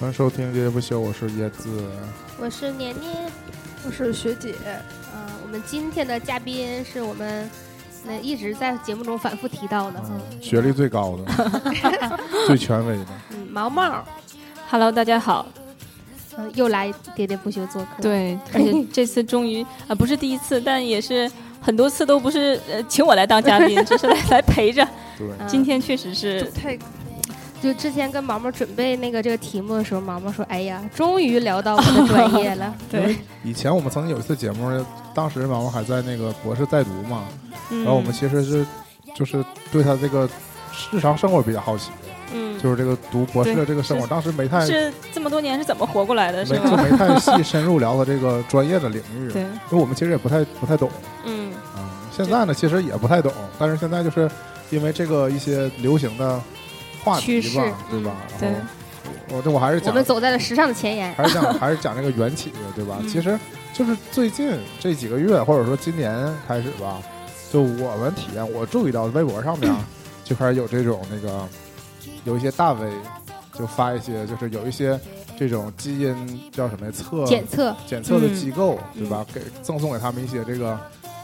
欢迎收听《喋喋不休》，我是椰子。我是年年，我是学姐，呃，我们今天的嘉宾是我们那一直在节目中反复提到的，嗯，学历最高的， 最权威的，嗯，毛毛， Hello，大家好。嗯、又来喋喋不休做客，，对，而且这次终于啊、呃不是第一次，但也是很多次都不是呃，请我来当嘉 宾，只是来来陪着。对，嗯今天确实是，太就之前跟毛毛准备那个这个题目的时候，毛毛说：“哎呀，终于聊到我的专业了。嗯对，以前我们曾经有一次节目，当时毛毛还在那个博士在读嘛，然嗯然后我们其实是就是对他这个日常生活比较好奇，嗯，就是这个读博士的这个生活，是当时没太没是这么多年是怎么活过来的，是就吗？没太细深入聊他这个专业的领域，对，因为我们其实也不太不太懂嗯，啊、现在呢，其实也不太懂，但是现在就是因为这个一些流行的话题趋势吧，对吧？嗯然后我这我还是”我讲嗯们走在了时尚的前沿，还是讲 还是讲这个缘起的，对吧？嗯其实就是最近这几个月，或者说今年开始吧，就我们体验，我注意到微博上面 啊就开始有这种那个，有一些大 V 就发一些，就是有一些这种基因叫什么呀测检测，检测的嗯机构，对吧？给赠送给他们一些这个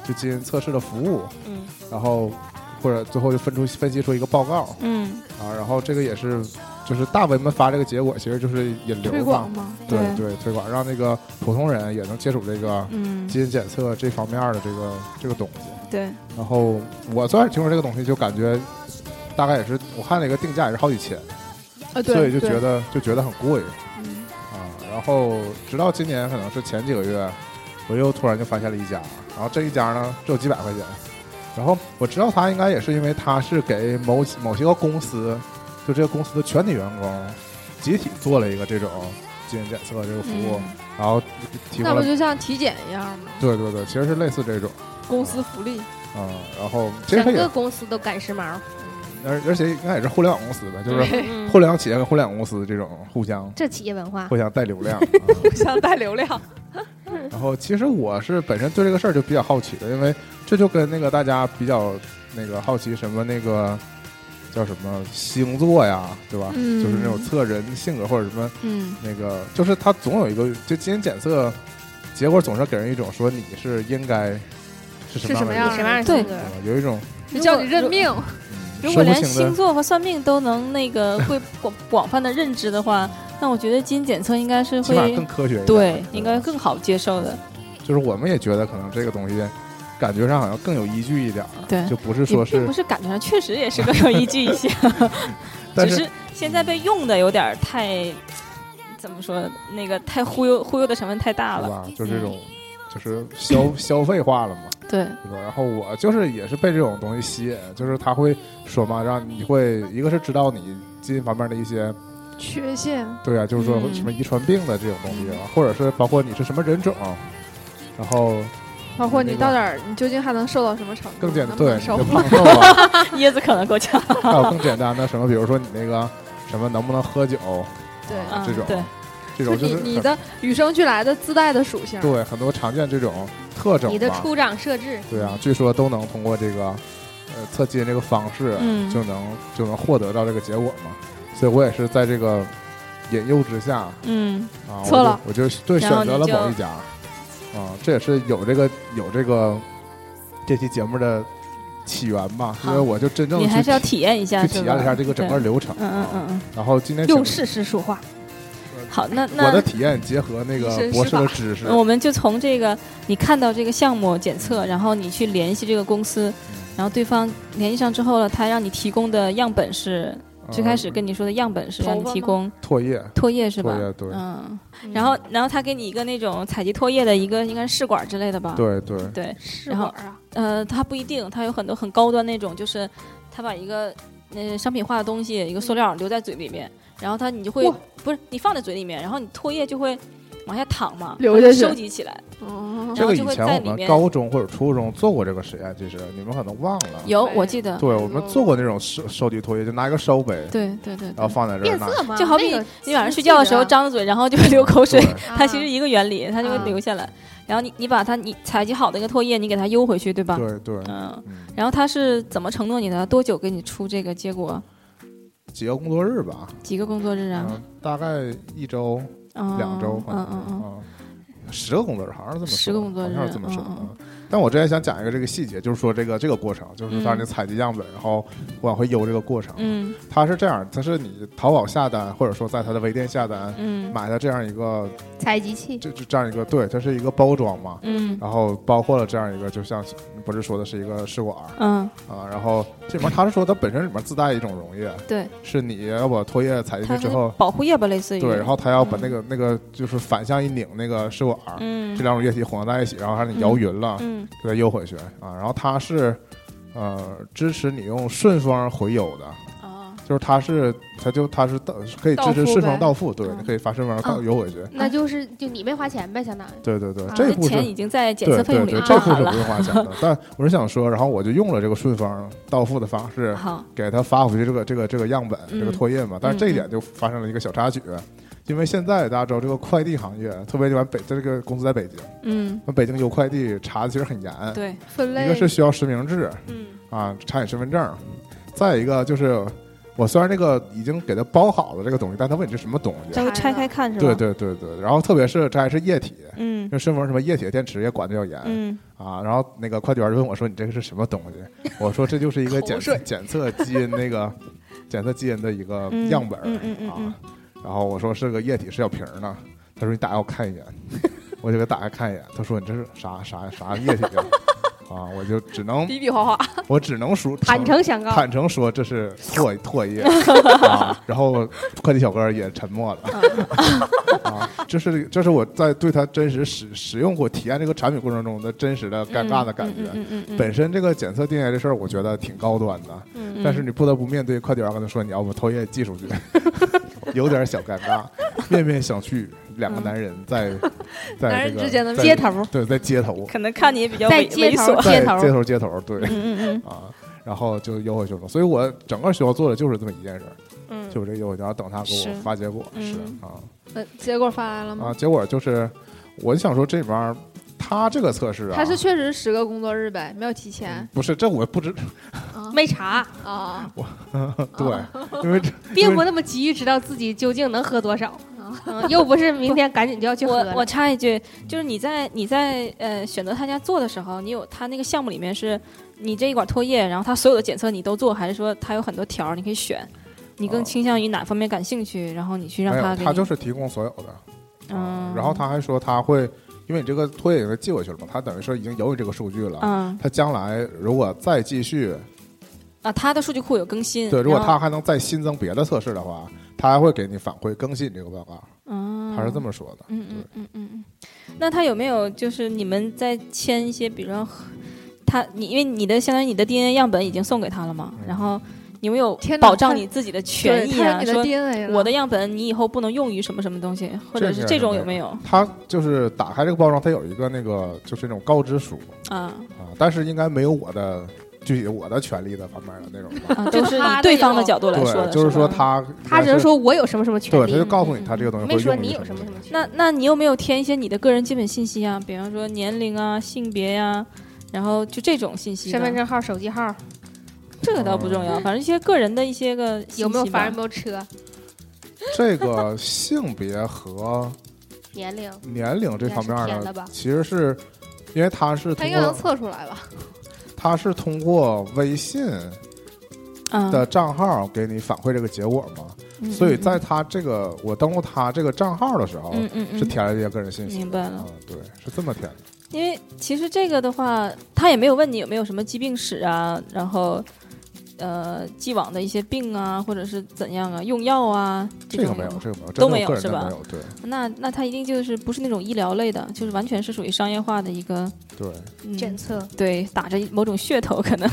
就基因测试的服务，嗯然后或者最后就分出分析出一个报告嗯，啊，然后这个也是就是大 V 们发这个结果，其实就是引流推嘛广。吗？对对，推广让那个普通人也能接触这个嗯基因检测这方面的这个这个东西。对，然后我最开始听说这个东西，就感觉大概也是我看那个定价也是好几千，呃，对，所以就觉对得就觉得很贵嗯啊。然后直到今年可能是前几个月，我又突然就发现了一家，然后这一家呢只有几百块钱。然后我知道他应该也是因为他是给某某些个公司，就这个公司的全体员工集体做了一个这种基因检测这个服务。嗯然后提供那不了，就像体检一样吗？对对对，其实是类似这种公司福利，啊、嗯然后其实整它个也，公司都赶时髦。而而且应该也是互联网公司的，就是嗯互联网企业跟互联网公司这种互相这企业文化互，相带流量。啊想带流 量，然后其实我是本身对这个事儿就比较好奇的，因为这就跟那个大家比较那个好奇什么那个叫什么星座呀，对吧？嗯就是那种测人性格或者什么嗯那个，就是它总有一个，就基因检测结果总是给人一种说你是应该是什是什么么样的样的什么样的性格？人，对吧有一种就叫你认命。嗯如果连说不清的星座和算命都能那个会广广泛的认知的话，那我觉得基因检测应该是起码会更科学一点，对，应该更好接受的。就是我们也觉得可能这个东西感觉上好像更有依据一点儿，对就不是也说并是不，是感觉上，确实也是更有依据一些。 但只是现在被用的有点儿太，怎么说那个太忽悠忽悠的成分太大对了。吧？就是这种就是消消费化了嘛，对，对吧？然后我就是也是被这种东西吸引，就是他会说嘛，让你会一个是知道你基因方面的一些，缺陷，对啊，就是说嗯什么遗传病的这种东西啊，或者是包括你是什么人种，然后包括你那个到点儿，你究竟还能瘦到什么程度？更简单，能不对，能你瘦的 胖瘦啊。椰子可能够呛。还有更简单的什么，比如说你那个什么能不能喝酒，对啊 这种嗯、对，这就种就你是你很的与生俱来的自带的属性，对很多常见这种特征你的吧，出长设置，对啊，据说都能通过这个呃测基因这个方式，嗯就能就能获得到这个结果嘛。所以我也是在这个引诱之下啊，嗯，我错就了我就对选然后择你了就某一家啊，这也是有这个有这个这期节目的起源吧，因为好我就真正你还去是要体验一下，去体验了一下这个整个流。流程，啊嗯嗯嗯嗯，然后今天用请呃事实说话。好，那我的那体验结合那以个身博试士的法知识，我们就从这个你看到这个项目检测，然后你去联系这个公司，嗯然后对方联系上之后了，他让你提供的样本是最开始嗯跟你说的样本是头发让你提吗供唾液，唾液是吧？唾液对嗯，嗯然后然后他给你一个那种采集唾液的一个应该是试管之类的吧？对对，对，试然管后儿啊，呃，它不一定，它有很多很高端那种，就是他把一个呃商品化的东西，一个塑料留在嘴里面，然后它你就会哇不是你放在嘴里面，然后你唾液就会往下淌嘛，流然后下去收集起来，哦然这后个就以会前在我里们面高中或者初中做过这个实验，其实你们可能忘了。有我记得，对，我们做过那种收收集唾液，就拿一个收杯，对对对然后对，放在这儿变拿。色吗？就好比那个你晚上睡觉的时候细节张着嘴，然后就会流口水，对啊，它其实一个原理，它就会啊流下来。然后你你把它你采集好的一个唾液，你给它邮回去，对吧？对对，嗯。嗯然后他是怎么承诺你的？多久给你出这个结果？几个工作日吧，几个工作日啊？嗯，大概一周、嗯两周，嗯嗯嗯，嗯，十个工作日好像是这么说，十个工作日好像是这么说。嗯嗯嗯但我之前想讲一个这个细节，就是说这个这个过程，就是当你采集样本，然后往回邮这个过程，嗯它是这样，它是你淘宝下单，或者说在它的微店下单嗯买的这样一个采集器，这这这样一个对，它是一个包装嘛，嗯然后包括了这样一个，就像不是说的是一个试管儿嗯，啊，然后这里面它是说它本身里面自带一种溶液，对，是你要把唾液采进它去之是后，保护液吧，类似于对，然后它要把嗯那个那个就是反向一拧那个试管儿，嗯这两种液体混合在一起，然后让你摇匀了，嗯就再邮回去啊，然后它是。呃，支持你用顺丰回邮的，啊就是它是，它就它是到可以支到持付顺丰呗到付，对，嗯你可以发顺丰到嗯邮回去，那就是就你没花钱呗，相当于。对对对，啊这这步是钱已经在检对测费用里对对，包这步是含啊了不。用花钱的。但我是想说，然后我就用了这个顺丰到付的方式，好，给他发回去这个这个这个样本、啊嗯这个唾液嘛。但是这一点就发生了一个小插曲，因为现在大家知道这个快递行业，特别你把北这个公司在北京，嗯，那北京邮快递查的其实很严，对，分一类个是需要实名制嗯啊，查你身份证，再一个就是我虽然这个已经给他包好了这个东西，但他问你这什么东西。啊再会拆开看是吧？对，对对对，然后特别是这还是液体，嗯因为顺丰什么液体的电池也管的比较严，嗯啊，然后那个快递员就问我说：“你这个是什么东西？”我说：“这就是一个检口水检测基因那个检测基因的一个嗯样本儿、嗯嗯嗯嗯啊。”然后我说：“是个液体，是小瓶儿呢。”他说：“你打开我看一眼。”我就给打开看一眼，他说：“你这是啥啥啥液体啊？” 啊，我就只能比比划划，我只能说坦诚相告，坦诚说这是唾唾液啊，然后快递小哥也沉默了。啊，这是这是我在对他真实使使用过、体验这个产品过程中的真实的尴尬的感觉。嗯嗯嗯，本身这个检测 DNA 这事儿，我觉得挺高端的，嗯但是你不得不面对快递员跟他说你要不偷液寄出去，有点小尴尬。面面相觑，两个男人在男在这人个之间的在街头对，在街头，可能看你也比较在猥街猥头琐。在街头街头街头，对。嗯嗯 啊，然后就邮回去了。所以我整个学校做的就是这么一件事儿，嗯，就是这个邮回去，然后等他给是我发结果，嗯是啊呃，结果发来了啊，吗？结果就是，我就想说这里边儿他这个测试啊，嗯他是确实十个工作日呗，没有提前不是这我不 知啊没查， 啊，嗯对，因为这并不那么急于知道自己究竟能喝多少，嗯，又不是明天赶紧就要去嗯，喝我我了。插一句，就是你在你在呃选择他家做的时候，你有他那个项目里面是你这一管唾液，然后他所有的检测你都做，还是说他有很多条儿你可以选？你更哦倾向于哪方面感兴趣，然后你去让没有，给他你就是提供所有的，啊嗯，然后他还说他会，因为你这个推已经寄回去了嘛，他等于说已经有你这个数据了。嗯他将来如果再继续啊，他的数据库有更新。对，如果嗯然后他还能再新增别的测试的话，他还会给你反馈更新这个报告，嗯，他是这么说的。嗯嗯嗯嗯嗯。那他有没有就是你们在签一些，比如说和他你因为你的相当于你的 DNA 样本已经送给他了嘛，嗯然后你有没有天哪保障他你自己的对权益他有啊？你的说 DNA 了我的样本你以后不能用于什么什么东西，或者这是个这种是有没有他就是打开这个包装，它有一个那个就是那种告知书啊？啊，但是应该没有我的具体我的权利的方面的那种 吧。 啊，都是他以的对有方的角度来说的，对，就是是说吧他他只是说我有什么什么权对，他利，嗯就告诉你他这个东西没会说用于你有什什么什东么西。权利。那那你有没有填一些你的个人基本信息啊？比方说年龄啊、性别呀、然后就这种信息的，身份证号、手机号这个倒不重要，哦反正一些个人的一些个信有没有息房、吧有没有车、这个性别和年龄，年龄这方应该是面填呢的吧，其实是因为他是他通应该能过测出来吧？他是通过微信嗯的账号给你反馈这个结果嘛，嗯所以嗯在他这个我登录他这个账号的时候，嗯嗯嗯是填了这些个人信息明白啊了，，对，是这么填的。因为其实这个的话，他也没有问你有没有什么疾病史啊，然后呃既往的一些病啊，或者是怎样啊，用药啊，这个种没有，这个没有，都真的没我有个人是的吧没有，对那那他一定就是不是那种医疗类的，就是完全是属于商业化的一个，对。嗯，检测对，打着某种噱头可能，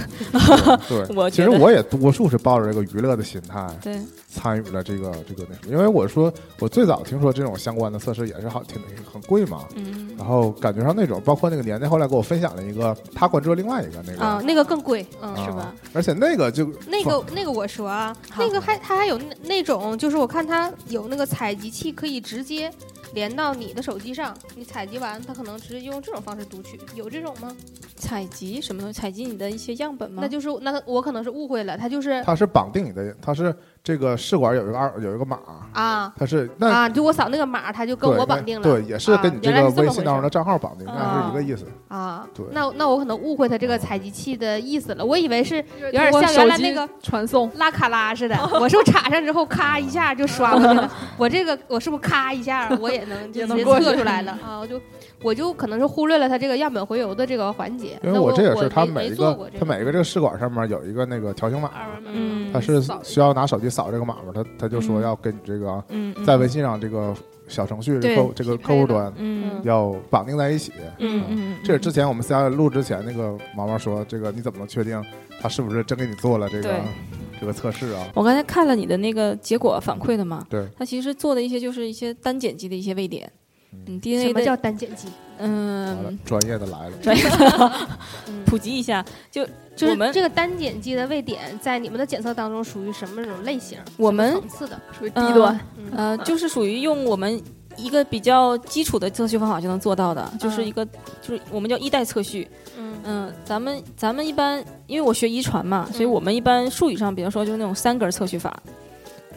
对，我其觉实得我也多数是抱着这个娱乐的心态 对，参与了这个这个那什么，因为我说我最早听说这种相关的测试也是好挺很贵嘛，嗯然后感觉上那种包括那个年代后来给我分享了一个他关注了另外一个那个啊，那个更贵，嗯，啊是吧？？而且那个就那个那个我说啊，好那个还它还有那那种，就是我看它有那个采集器，可以直接连到你的手机上，你采集完，它可能直接用这种方式读取，有这种吗？采集嗯什么东西？采集你的一些样本吗？那就是那个我可能是误会了，它就是它是绑定你的，它是这个试管有一个二有一个码，啊它是那啊！就我扫那个码，它就跟对那我绑定了。对，也是跟你啊这原来个是这么微回信当中事的账号绑定，那是啊一个意思。啊对，那那我可能误会它这个采集器的意思了，我以为是有点像原来那个传送，拉卡拉似的，我是不是插上之后咔一下就刷过去了？ 我这个我是不是咔一下我也能就直也能接过去测出来了啊？我就我就可能是忽略了它这个样本回邮的这个环节。因为那我我这也是我它没每一个没做过这它每个这个试管上面有一个那个条形码，二维码嗯它是扫一需要拿手机扫这个码嘛，它它就说嗯要跟你这个嗯，嗯在微信上这个小程序这对客户这个匹客配户的端嗯要绑定在一起。嗯嗯，这是之前我们私下录之前，那个毛毛说，这个你怎么能确定他是不是真给你做了这个对这个测试啊？我刚才看了你的那个结果反馈的嘛，对，它其实做的一些就是一些单碱基的一些位点，嗯什，DNA 么叫的，单碱基？完了嗯，，专业的来了，专业的 嗯普及一下，就就是我们这个单碱基的位点在你们的检测当中属于什么种类型？我们什么层次的？属于低嗯端，嗯呃，就是属于用我们一个比较基础的测序方法就能做到的，就是一个就是我们叫一代测序。嗯嗯，咱们咱们一般因为我学遗传嘛，所以嗯我们一般术语上，比如说就是那种三根测序法，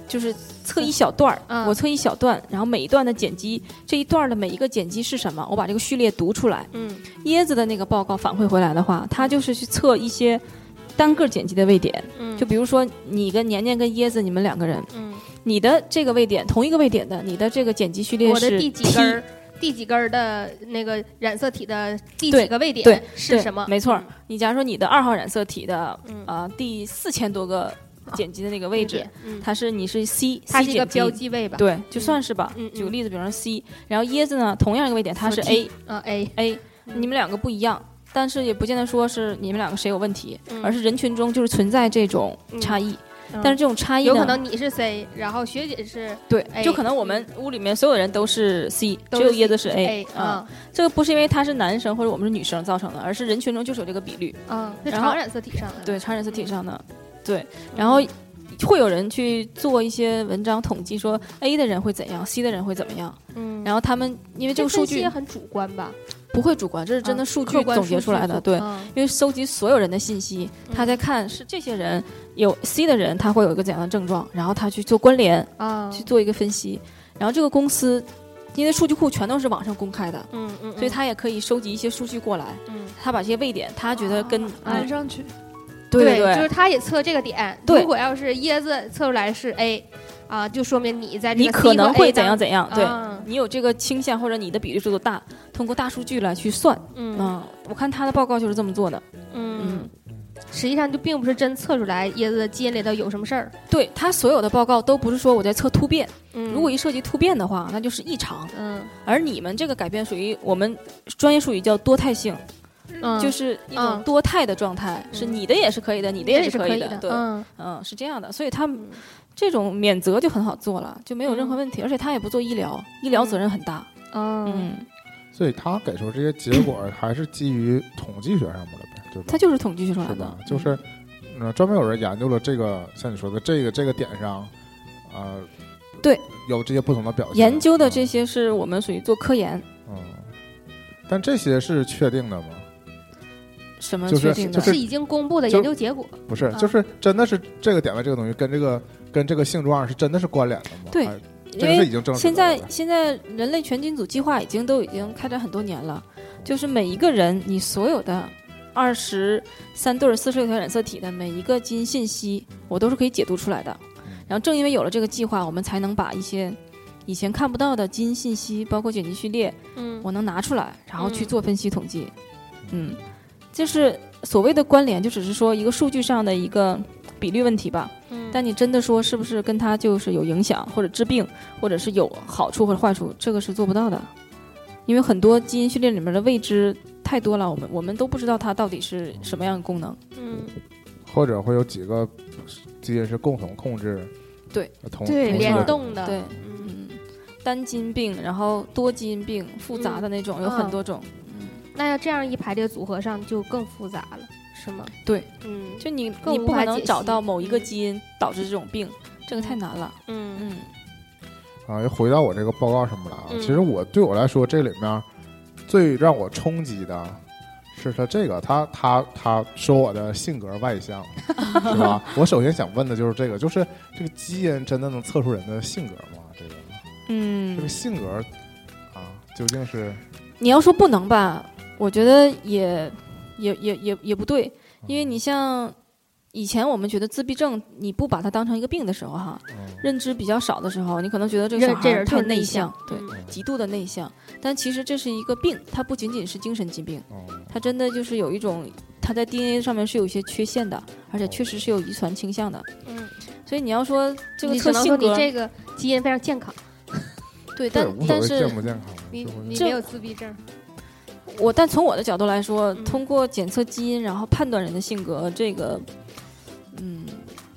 就是测一小段儿，嗯我测一小段，然后每一段的碱基，这一段儿的每一个碱基是什么，我把这个序列读出来。嗯椰子的那个报告反馈回来的话，它就是去测一些单个碱基的位点，嗯，就比如说你跟年年跟椰子你们两个人。嗯，你的这个位点，同一个位点的，你的这个碱基序列我的是第几 T 根儿？第几根儿的那个染色体的第对几个位点对是什么？没错儿，你假如说你的二号染色体的嗯呃第四千多个碱基的那个位位置置，，嗯，它是你是 C，它 C 是一个碱基标，记位吧？，对，就算是吧嗯嗯。举个例子，比方说 C，然后椰子呢，同样一个位点，它是所 A 嗯，A， A，你嗯们两个不一样。但是也不见得说是你们两个谁有问题，嗯而是人群中就是存在这种差异。但是这种差异呢，有可能你是 C，然后学姐是对， A 就可能我们屋里面所有人都是 C，都只有是椰子 C，是 A，啊嗯。这个不是因为他是男生或者我们是女生造成的，而是人群中就是有这个比率。嗯，是然后常染色体上的。对，常染色体上的，对，然后会有人去做一些文章统计，说 A 的人会怎样，C 的人会怎么样，嗯，然后他们因为这个分数析据也很主观吧？不会主观，这是真的啊数客据观总结数出据来的，对。嗯因为收集所有人的信息，他嗯在看是这些人有 C 的人，他会有一个怎样的症状，然后他去做关联，啊，去做一个分析。然后这个公司，因为数据库全都是网上公开的，嗯嗯，所以嗯他也可以收集一些数据过来。嗯啊他把这些位点，他觉得跟、安上去，对对，就是他也测这个点。对如果要是椰子测出来是 A，啊，就说明你在这你个 C 可能和 A 会怎样当怎样，对、啊你有这个倾向或者你的比例数多大，通过大数据来去算。嗯嗯，我看他的报告就是这么做的。嗯，实际上就并不是真测出来椰子的基因里头有什么事儿。对他所有的报告都不是说我在测突变，嗯如果一涉及突变的话，那就是异常。嗯而你们这个改变属于我们专业术语叫多态性，嗯，就是一种嗯多态的状态，是嗯你的也是可以的，你的也是可以的。对，嗯嗯，是这样的，所以他们嗯这种免责就很好做了，就没有任何问题，而且他也不做医疗，医疗责任很大。嗯嗯，所以他给出这些结果还是基于统计学上面的呗，对吧他？就是统计学出来是的吧？，就是嗯，专门有人研究了这个，像你说的这个这个点上，呃，对，有这些不同的表现。研究的嗯这些是我们属于做科研，嗯，但这些是确定的吗？什么就是确定的？就是是已经公布的研究结果。不是，嗯啊就是真的是这个点位这个东西跟这个跟这个性状是真的是关联的吗？对还，这因个是为已经证实现了的在现在人类全基因组计划已经都已经开展很多年了，就是每一个人你所有的二十三对四十六条染色体的每一个基因信息，我都是可以解读出来的。然后正因为有了这个计划，我们才能把一些以前看不到的基因信息，包括碱基序列，嗯我能拿出来，然后去嗯做分析统计。嗯，就是所谓的关联，就只是说一个数据上的一个比率问题吧。嗯但你真的说是不是跟它就是有影响，或者治病，或者是有好处或者坏处，这个是做不到的，因为很多基因序列里面的未知太多了，我们我们都不知道它到底是什么样的功能。嗯，或者会有几个基因是共同控制，对同对同联时动的对，嗯，嗯，单基因病，然后多基因病，复杂的那种、嗯有很多种。那要这样一排列组合上就更复杂了，是吗？对，嗯就你更你无不可法能解找析到某一个嗯基因导致这种病，这个太难了。嗯嗯啊，又回到我这个报告上面来啊，嗯其实我对我来说，这里面最让我冲击的是他这个，他他他说我的性格外 向，是吧？我首先想问的就是这个，就是这个基因真的能测出人的性格吗？这个这个嗯，性格啊，究竟是你要说不能吧，我觉得也也也也也不对，嗯因为你像以前我们觉得自闭症，你不把它当成一个病的时候哈，嗯认知比较少的时候，你可能觉得这个这小孩这人太特内内向向，对，嗯极度的内向。但其实这是一个病，它不仅仅是精神疾病，嗯它真的就是有一种，它在 DNA 上面是有一些缺陷的，而且确实是有遗传倾向的。嗯，所以你要说这个你测只能性说你格，这个基因非常健康，对，这但无所但谓是健不健康，你就是你这没有自闭症，我但从我的角度来说，嗯通过检测基因然后判断人的性格，这个，嗯，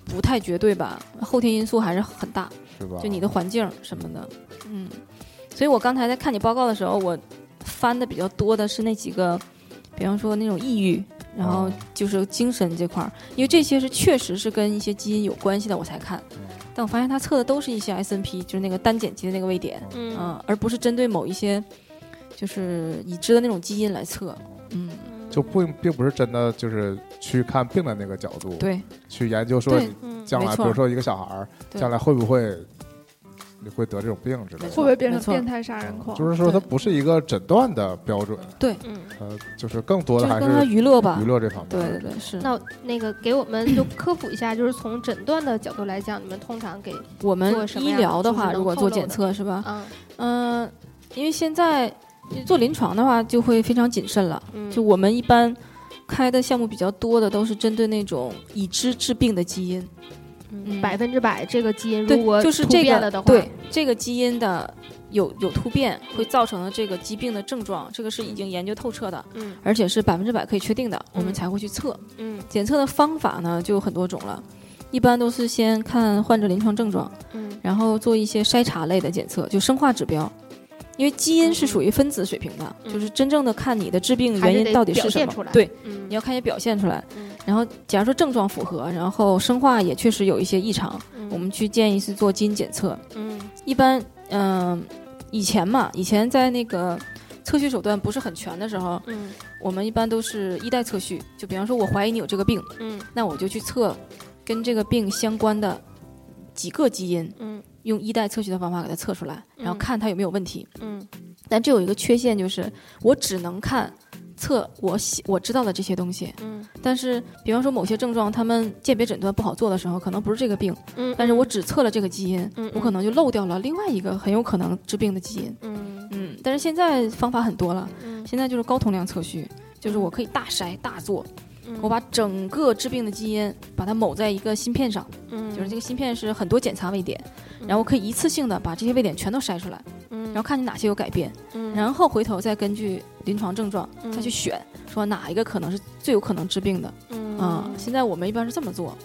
不太绝对吧，后天因素还是很大。是吧？就你的环境什么的，嗯，所以我刚才在看你报告的时候，我翻的比较多的是那几个，比方说那种抑郁，然后哦就是精神这块儿，因为这些是确实是跟一些基因有关系的，我才看嗯。但我发现他测的都是一些 S N P，就是那个单碱基的那个位点，嗯嗯、而不是针对某一些就是已知的那种基因来测。嗯，就不并不是真的就是去看病的那个角度，对去研究说对你嗯将来，没比错如说一个小孩儿对将来会不会你会得这种病之类会没的错不。会变没成错变态杀人狂？就是说，它对不是一个诊断的标准，嗯，呃，就是更多的就是还跟他是娱乐吧娱。乐这方面。对对对，是那那个给我们就科普一下，就是从诊断的角度来讲，你们通常给我们做什么医样疗的就是话，能如果透做露检的测是吧？嗯嗯，因为现在做临床的话就会非常谨慎了。嗯就我们一般开的项目比较多的都是针对那种已知致病的基因，嗯嗯百分之百这个基因对如果，就是突这变个了的话，对这个基因的有有突变会造成的这个疾病的症状，这个是已经研究透彻的，嗯而且是百分之百可以确定的，我嗯们才会去测。嗯检测的方法呢就有很多种了，一般都是先看患者临床症状，嗯然后做一些筛查类的检测，就生化指标，因为基因是属于分子水平的，嗯就是真正的看你的致病还是原因得到底是表什现么。出来对，嗯，你要看也表现出来。嗯然后，假如说症状符合，然后生化也确实有一些异常，嗯我们去建议是做基因检测。嗯一般，嗯、以前嘛，以前在那个测序手段不是很全的时候，嗯我们一般都是一代测序，就比方说我怀疑你有这个病，嗯那我就去测跟这个病相关的几个基因，嗯用一代测序的方法给它测出来，然后嗯看它有没有问题。嗯但这有一个缺陷，就是我只能看测我喜我知道的这些东西。嗯但是，比方说某些症状，他们鉴别诊断不好做的时候，可能不是这个病，嗯，但是我只测了这个基因，嗯我可能就漏掉了另外一个很有可能治病的基因。嗯嗯，但是现在方法很多了，嗯现在就是高通量测序，就是我可以大筛大做，嗯我把整个治病的基因把它某在一个芯片上，嗯就是这个芯片是很多检查位点，嗯然后我可以一次性的把这些位点全都筛出来。嗯然后看你哪些有改变，嗯然后回头再根据临床症状再去选，说哪一个可能是最有可能治病的嗯啊、现在我们一般是这么做，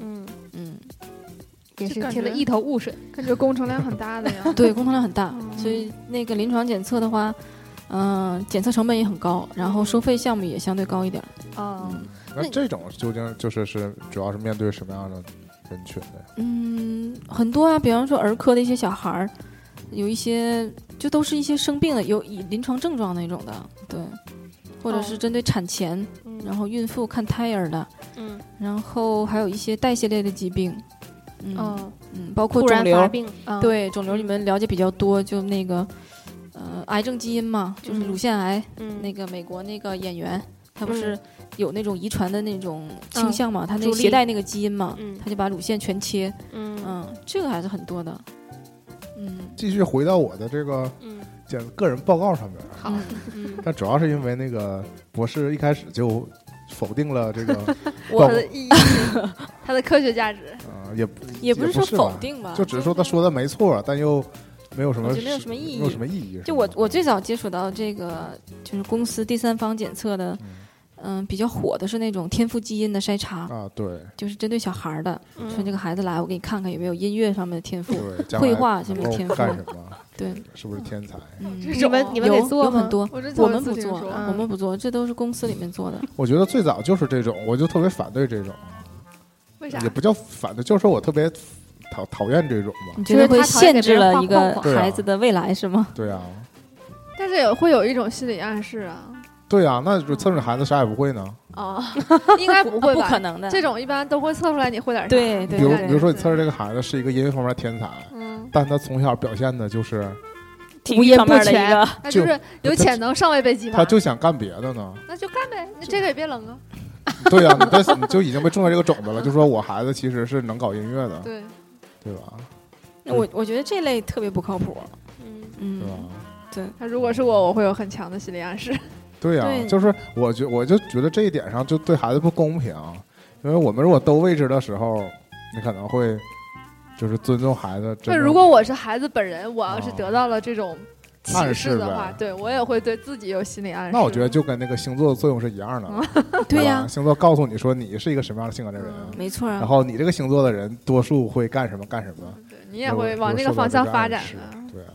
嗯 嗯，也就是感听得觉一头雾水，感觉工程量很大的呀。 对，工作量很大，嗯 所以那个临床检测的话，嗯、检测成本也很高，然后收费项目也相对高一点儿。哦嗯那那这种究竟就是是主要是面对什么样的人群的呀？嗯，很多啊，比方说儿科的一些小孩儿，有一些就都是一些生病的，有以临床症状那种的，对，或者哦是针对产前，嗯然后孕妇看胎儿的，嗯然后还有一些代谢类的疾病，嗯、哦，嗯，包括突然肿发瘤，病，啊，对肿瘤你们了解比较多，就那个呃癌症基因嘛，就是乳腺癌，嗯那个美国那个演员他不是有那种遗传的那种倾向嘛，他那朱个莉携带那个基因嘛，嗯他就把乳腺全切，嗯嗯，这个还是很多的，嗯，继续回到我的这个嗯简个人报告上面，啊好嗯嗯但主要是因为那个博士一开始就否定了 这个我报告它的意义， 它的科学价值。啊，也不也不是说也不是吧否定吧，就只是说他说的没错，但又没有什么我觉得没有什么意义没有什么意义。就我我最早接触到这个就是公司第三方检测的，嗯，比较火的是那种天赋基因的筛查，啊，对就是针对小孩儿的， 说这嗯个孩子来，我给你看看有没有音乐上面的天赋。对，将绘来画这能种够天赋干什么？对， 是不是天才？嗯，这你们种你们得有做有吗很多，我这头我一们次不听做，嗯说啊我们不做，这都是公司里面做的。我觉得最早就是这种，我就特别反对这种，为啊啥也？不叫反对，就是说我特别讨讨厌这种吧。你觉得会限制了一个对啊孩子的未来是吗？对啊，但是也会有一种心理暗示啊，对呀、那就测试孩子啥也不会呢。哦， 应该不会 啊不吧可？能的。这种一般都会测出来你会点啊啥。对比对如对，比如说你测试这个孩子是一个音乐方面的天才，嗯，但他从小表现的就是体无育言方面不的全一个，那就是有潜能尚未被激发他，就想干别的呢。那就干呗，那这个也别冷啊。对呀、你但你就已经被种下这个种子了，就说我孩子其实是能搞音乐的，对， 对吧？ 我我觉得这类特别不靠谱。嗯，对吧？嗯，那如果是我，我会有很强的心理暗示。对呀、对就是我觉我就觉得这一点上就对孩子不公平，因为我们如果都未知的时候，你可能会就是尊重孩子真那正。如果我是孩子本人，我要是哦得到了这种启暗示示的呗话，对我也会对自己有心理暗示。那我觉得就跟那个星座的作用是一样哦的，对吧呀、星座告诉你说你是一个什么样的性格的人，嗯没错然啊。后你这个星座的人多数会干什么干什么，对你也会往那个方向发展的。 对啊，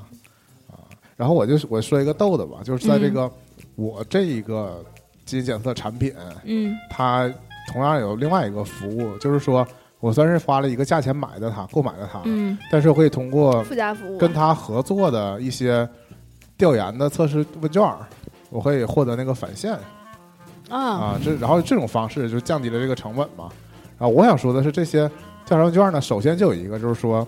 啊，然后我就我说一个逗的吧，就是在这嗯个、我这一个基因检测产品，嗯它同样有另外一个服务，就是说我虽然是花了一个价钱买的它，购买的它，嗯但是会通过附加服务，嗯跟它合作的一些调研的测试问卷儿，我可以获得那个返现啊，啊，这然后这种方式就降低了这个成本嘛。然后我想说的是，这些调查问卷呢，首先就有一个就是说，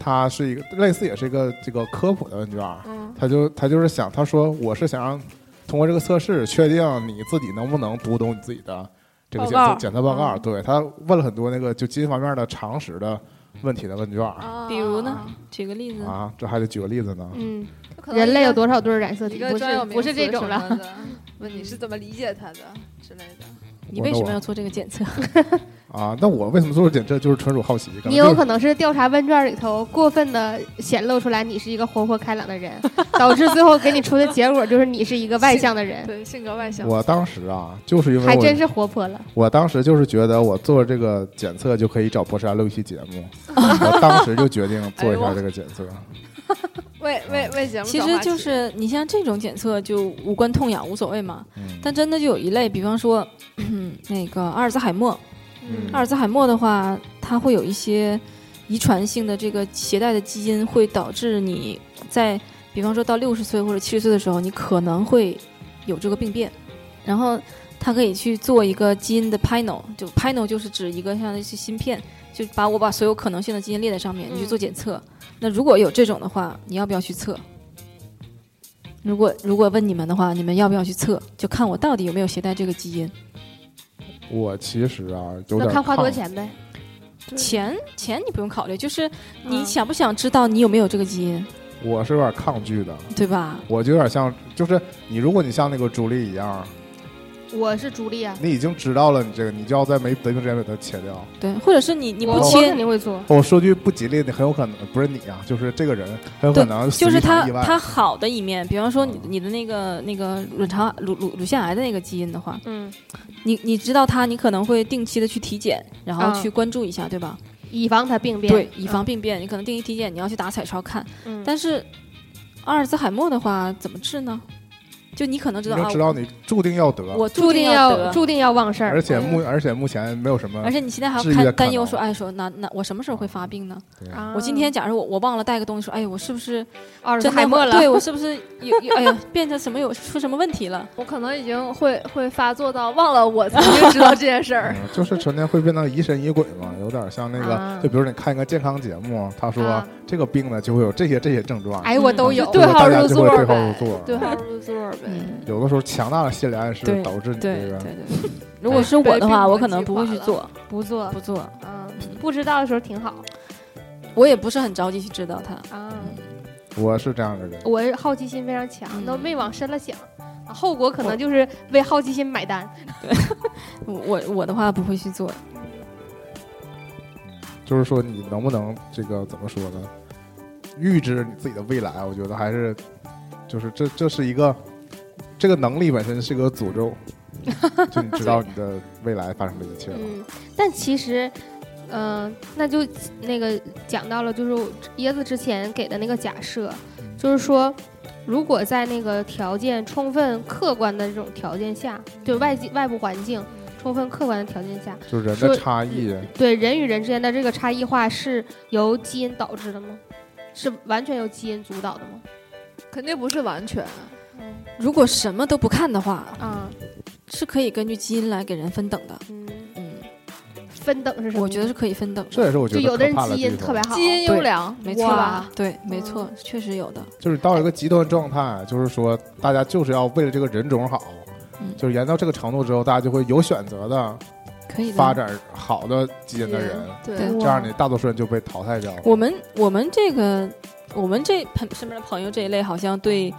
它是一个类似也是一个这个科普的问卷儿，嗯他就他就是想，他说我是想让通过这个测试确定你自己能不能读懂你自己的这个检报测告检测报嗯告。对他问了很多那个就基因方面的常识的问题的问卷儿啊，比如呢，举个例子，啊，这还得举个例子呢。嗯，可能人类一个有多少对儿染色一体？个不专有是名不是这词种什了，么的， 问你是怎么理解它的之类的。你为什么要做这个检测？啊，那我为什么做这检测就是纯属好奇，可能你就有是可能是调查问卷里头过分的显露出来你是一个活泼开朗的人，导致最后给你出的结果就是你是一个外向的人，对，性格外向。我当时啊，就是因为还真我是活泼了。我当时就是觉得我做这个检测就可以找博士来啊录一期节目， 我当时就决定做一哎下呦这个检测。为为为节目其找实话就题是你像这种检测就无关痛痒，无所谓嘛。嗯，但真的就有一类，比方说 那个阿尔兹海默，嗯阿尔兹海默的话，它会有一些遗传性的这个携带的基因，会导致你在比方说到六十岁或者七十岁的时候，你可能会有这个病变。然后它可以去做一个基因的 panel，就 panel 就是指一个像是芯片，就把我把所有可能性的基因列在上面，你去做检测。那如果有这种的话，你要不要去测？如果如果问你们的话，你们要不要去测？就看我到底有没有携带这个基因。我其实啊有那点看花多抗少钱呗。对钱钱你不用考虑，就是你嗯想不想知道你有没有这个基因，我是有点抗拒的。对吧？我就有点像，就是你，如果你像那个朱莉一样，我是朱莉啊，你已经知道了你这个，你就要在没得病之前把它切掉。对，或者是你你不我我切肯，定会做。我说句不吉利的，很有可能不是你啊，就是这个人很有可能死就于是一场它意外它好的一面，比方说你嗯你的那个那个卵巢乳乳乳腺癌的那个基因的话，嗯，你你知道它，你可能会定期的去体检，然后啊去关注一下，对吧？以防它病变。对，以防病变，你可能定期体检，你要去打彩超看。嗯，但是阿尔兹海默的话怎么治呢？就你可能知你道就啊知，道嗯你注定要得，我注定要要得。注定要忘事儿哎而。且目而且目前没有什么而，且你现在还治愈要的看可担忧能说，哎，说那那我什么时候会发病呢？对啊我今天假如我我忘了带个东西，说，哎，我是不是阿尔兹真海的默会了，对我是不是有有哎呀，变成什么有出什么问题了？我可能已经会会发作到忘了我曾经知道这件事 儿。嗯就是成天会变得疑神疑鬼嘛，有点像那个啊，就比如你看一个健康节目，他说啊这个病呢就会有这些这些症状， 哎，我都有嗯就。对对大 号家入就座会对儿号入呗，座。对号入座呗。嗯，有的时候强大的心理暗示对导致你对这对个对。对如果是我的话，被病我可能不会去击垮做，不做，不做，嗯，不知道的时候挺好我也不是很着急去知道它。啊。我是这样的人，我好奇心非常强，嗯都没往深了想，啊后果可能就是为好奇心买单。我我我的话不会去做，就是说你能不能这个怎么说呢？预知你自己的未来，我觉得还是就是这这是一个这个能力本身是个诅咒，就你知道你的未来发生的一切了。嗯，但其实，嗯、那就那个讲到了，就是椰子之前给的那个假设，就是说，如果在那个条件充分客观的这种条件下，对外界外部环境充分客观的条件下，就是人说嗯的差异，对人与人之间的这个差异化是由基因导致的吗？是完全由基因主导的吗？肯定不是完全，嗯，如果什么都不看的话，啊，是可以根据基因来给人分等的。嗯，嗯，分等是什么？我觉得是可以分等的。这也是我觉就得有可的人怕基地因方特别好，基因优良，没错哇，对，没错，确实有的。就是到一个极端状态，就是说大家就是要为了这个人种好，嗯就是研到这个程度之后，大家就会有选择的可以的发展好的基因的人，对对这样你大多数人就被淘汰掉了。我们我们这个我们这朋身边的朋友这一类，好像对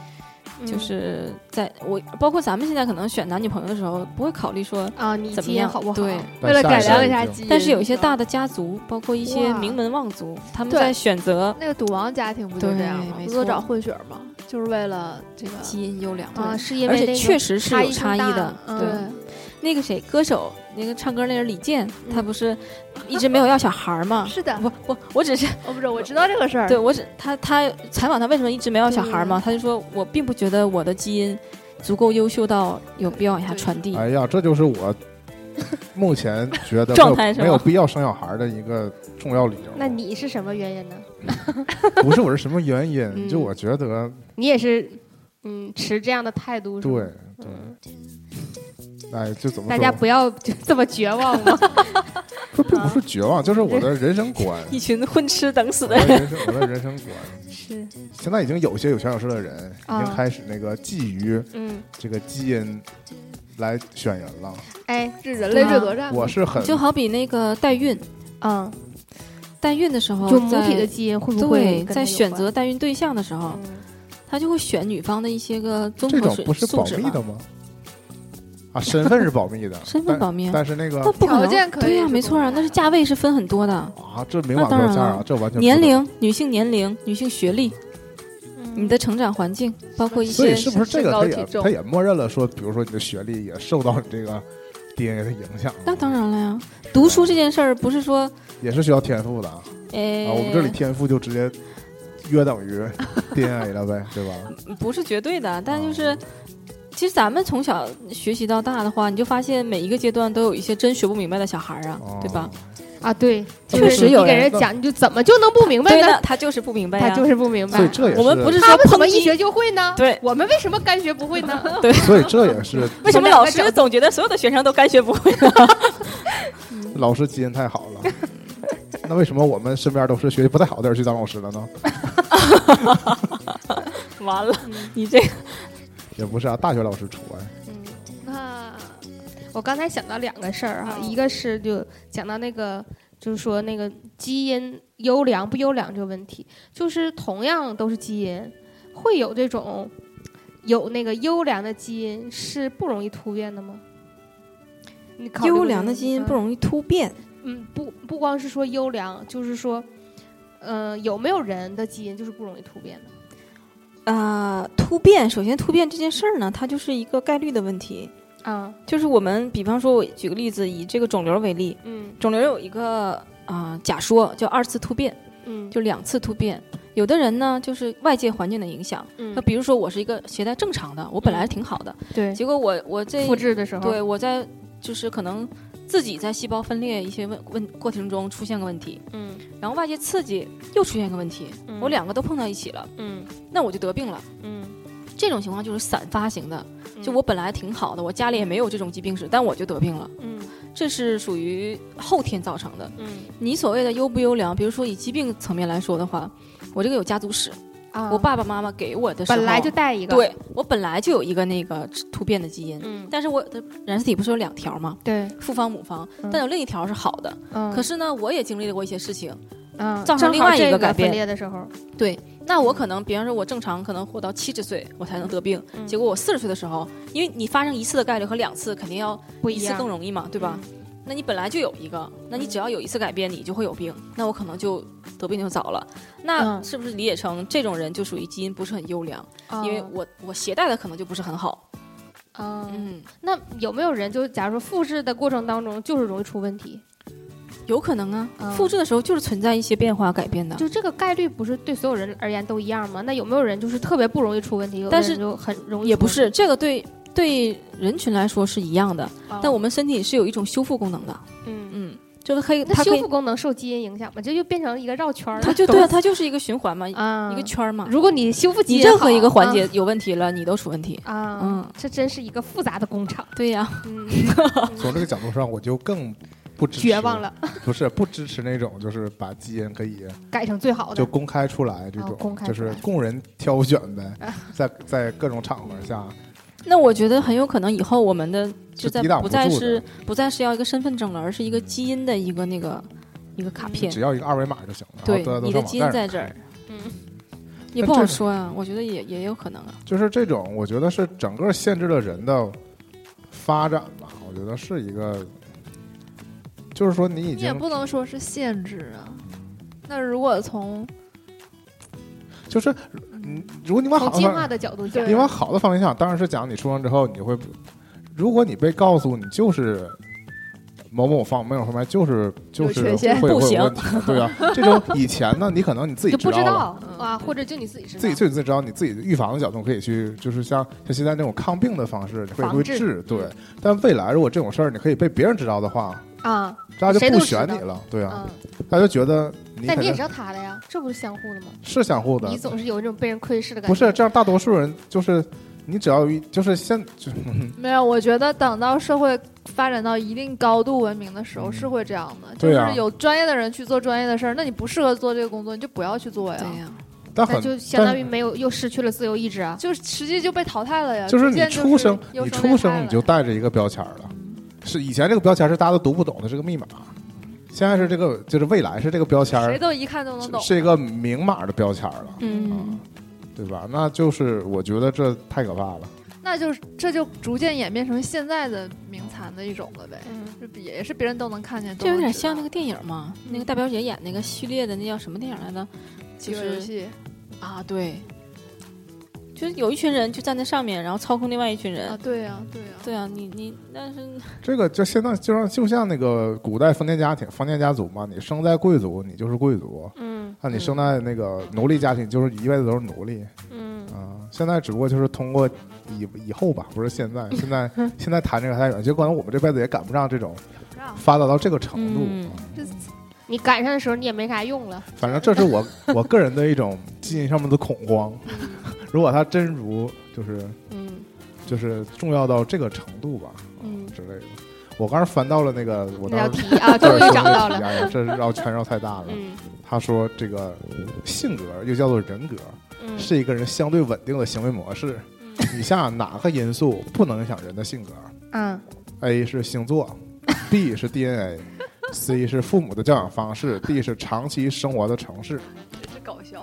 嗯就是在我包括咱们现在可能选男女朋友的时候，不会考虑说，啊，你怎么基因样好不好？对但为了下嗯改代良一已下经基因，但是有一些大的家族，包括一些啊哇名门望族，他们对在选择那个赌王家庭不就这样吗？对没不都错找混血儿吗？就是为了这个，基因优良，啊，对是因为而且那个确实是差有异性差异大的。嗯对，对，那个谁，歌手，那个唱歌那人李健，嗯他不是一直没有要小孩儿吗？是 的，不不，我只是我不知道，我知道这个事儿。对我只他他采访他为什么一直没要小孩儿嗯嘛，他就说我并不觉得我的基因足够优秀到有必要往下传递。哎呀，这就是我目前觉 得没有状态是吧没有必要生小孩的一个重要理由。那你是什么原因呢？不是我是什么原因？嗯就我觉得你也是，嗯，持这样的态度是对吗？嗯嗯对，哎，就怎么大家说？不要就这么绝望 嘛。不并不是绝望，就是我的人生 观，一群混吃等死我的的人，人生，我的人生观。是，现在已经有些有权有势的人已啊经开始那个觊觎嗯，这个基因来选人了。哎，这人啊类争夺战嘛，我是很就好比那个代孕， 嗯，代孕的时候就母体在的基因会不会对，跟它在有选关择代孕对象的时候，嗯他就会选女方的一些个综这合种水不是素保质密嘛的吗？啊，身份是保密的， 身份保密啊但，但是那个但不可条能件可对以呀、是没不错啊，一那是样价位是分很多的，啊，这明那码当标然价啊了，这完全不年知道。龄、女性年龄、女性学历、嗯你的成长环境，包括一所以些是不是这个身高他体也重他也默认了说，比如说你的学历也受到你这个 DNA 的影响？那当，然了呀，读书这件事儿不是说，也是需要天赋的啊。呃、啊我们这里天赋就直接约等于 DNA 了呗，对吧？不是绝对的，但就是，其实咱们从小学习到大的话，你就发现每一个阶段都有一些真学不明白的小孩儿啊，哦对吧？？啊，对，确就是实你有给人人这么讲，你就怎么就能不明白对呢？的，他就是不明白呀、他就是不明所以白，这也我们不是他说们怎抨么一击，学就会呢？对我们为什么干学不会 呢？所以这也是为什么我老师们两个总觉得所有的学生都干学不会 呢？老师基因太好了。那为什么我们身边都是学习不太好的人去当老师了呢？完了，你这个也不是啊，大学老师除外。嗯，嗯那我刚才想到两个事儿哈，啊一个是就讲到那个，就是说那个基因优良不优良这个问题，就是同样都是基因，会有这种有那个优良的基因是不容易突变的吗？你考虑过 优这良个的问基题因吗不容易突变，嗯，不不光是说优良，就是说，呃，有没有人的基因就是不容易突变的？啊、突变，首先突变这件事儿呢，它就是一个概率的问题。啊，就是我们，比方说，我举个例子，以这个肿瘤为例，嗯肿瘤有一个啊、假说叫二次突变，嗯，就两次突变。有的人呢，就是外界环境的影响，那嗯比如说我是一个携带正常的，我本来挺好的，对，结果我我这复制的时候，对我在就是可能自己在细胞分裂一些问问过程中出现个问题，嗯，然后外界刺激又出现个问题，嗯我两个都碰到一起了，嗯那我就得病了。嗯，这种情况就是散发型的，嗯就我本来挺好的，我家里也没有这种疾病史，但我就得病了，嗯这是属于后天造成的。嗯你所谓的优不优良，比如说以疾病层面来说的话，我这个有家族史，啊，我爸爸妈妈给我的时候本来就带一个，，对我本来就有一个那个突变的基因，嗯但是我的染色体不是有两条吗？对，父方母方嗯，但有另一条是好的。嗯，可是呢，我也经历了过一些事情，嗯，造成正另好外一这个改变分裂的时候，对，那我可能，比方说，我正常可能活到七十岁我才能得病，嗯结果我四十岁的时候，因为你发生一次的概率和两次肯定要不一一次样，嗯更容易嘛，对吧？那你本来就有一个，那你只要有一次改变，你就会有病，那我可能就得病就早了。那嗯是不是理解成这种人就属于基因不是很优良？嗯？因为我我携带的可能就不是很好。嗯，嗯，嗯，那有没有人就假如说复制的过程当中就是容易出问题？有可能啊，嗯复制的时候就是存在一些变化改变的。就这个概率不是对所有人而言都一样吗？那有没有人就是特别不容易出问题，有的但是人就很容易也出不问是题，这个对对人群来说是一样的，哦但我们身体是有一种修复功能的。嗯嗯，就是可以，那它可修以复，功能受基因影响吗？这就变成一个绕圈儿它了就对啊，它就是一个循环嘛，一啊！个圈儿嘛。如果你修复基你因任何一个好嗯环节有问题了，你都出 问题。啊，啊嗯这真是一个复杂的工厂，对呀，嗯， 从这个角度上，我就更不支持绝望，了，不是不支持那种就是把基因可以改成最好的就公开出来这哦种公，开就出是来供人挑选呗， 在在各种场合下那我觉得很有可能以后我们的是就在抵挡不不再住是的，嗯不再是要一个身份证了，而是一个基因的一个那个一个卡片只。要一个二维码就行了。然对后大家，都你上的网基因站在上这儿看。嗯，也但不这好个说啊，我觉得也也有可能啊。就是这种，我觉得是整个限制了人的发展吧。我觉得是一个，就是说你已你也经不能说是限制啊。那如果从就是，嗯，如果你往好从的进方化面，的角度对讲，你往好的方面想，当然是讲你出生之后你会，如果你被告诉你就是。某某方某某方面就是就是有缺陷会不会行有问题的，对 啊，这种以前呢，你可能你自己就不知道了道嗯啊，或者就你自己知道，自己就你自己知道，你自己预防的角度可以去，就是像像现在那种抗病的方式，你会防会治治对。但未来如果这种事儿你可以被别人知道的话，啊，大家谁就都不知选道你了，对啊，嗯，大家就觉得你但肯你也定知道他的呀，这不是相互的吗？是相互的你，总是有一种被人窥视的感觉，不是这样。大多数人就是你只要有一就是现就没有，我觉得等到社会发展到一定高度文明的时候嗯是会这样的，就对啊是有专业的人去做专业的事儿，那你不适合做这个工作，你就不要去啊做呀。呀，但那很就相当但于没有，又失去了自由意志啊。就实际就被淘汰了呀。就是呃逐你渐出生是优你胜出劣生汰你了就带着一个标签儿了，是以前这个标签儿是大家都读不懂的，是个密码。现在是这个，就是未来是这个标签儿谁都一看都能懂是，是一个明码的标签儿了。嗯，对吧？那就是我觉得这太可怕了。那就是这就逐渐演变成现在的名残的一种了呗，嗯，就比也是别人都能看见，这有点像那个电影嘛，嗯那个大表姐演那个序列的那叫什么电影来着？饥就饿游是戏啊，对，就是有一群人就站在上面，然后操控另外一群人。啊，对呀对呀，嗯对啊，你你但是这个就现在就像就像那个古代封建家庭、封建家族嘛，你生在贵族，你就是贵族；嗯那你生在那个奴隶家庭，就是一辈子都是奴隶嗯啊、现在只不过就是通过以以后吧，不是现在，现 在现在谈这个太远，就可能我们这辈子也赶不上这种不让发达到这个程度。嗯这你赶上的时候你也没啥用了。反正这是 我我个人的一种基因上面的恐慌。如果它真如就是嗯就是重要到这个程度吧，嗯，之类的。我刚才翻到了那个，我那道当时题 啊，终于找到了。哎呀，这绕圈绕太大了。嗯他说这个性格又叫做人格，嗯是一个人相对稳定的行为模式。以下哪个因素不能影响人的性格嗯？A 是星座，B 是 DNA，C 是父母的教养方式，D 是长期生活的城市。这搞笑，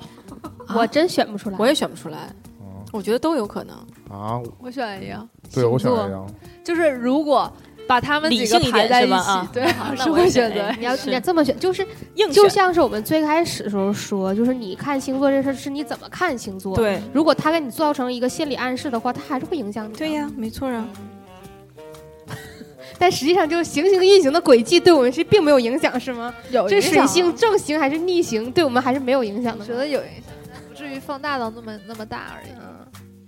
我真选不出来。我也选不出来，嗯我觉得都有可能。啊，我选 A 呀，对我选星座 A 啊，就是如果把他们几理个性一排点在是一吧？起啊，， 对，好是那我会也选选择 A 你要是你要这么选，就是硬就选像是我们最开始的时候说，就是你看星座这事儿是你怎么看星座。，对如果他给你造成一个心理暗示的话，他还是会影响你。对。呀，没错啊。但实际上，就是行星运行的轨迹对我们是并没有影响，是吗？有这影响水星啊，正行还是逆行，对我们还是没有影嗯响的我吗。觉得有影响，但不至于放大到那么那么大而已，嗯，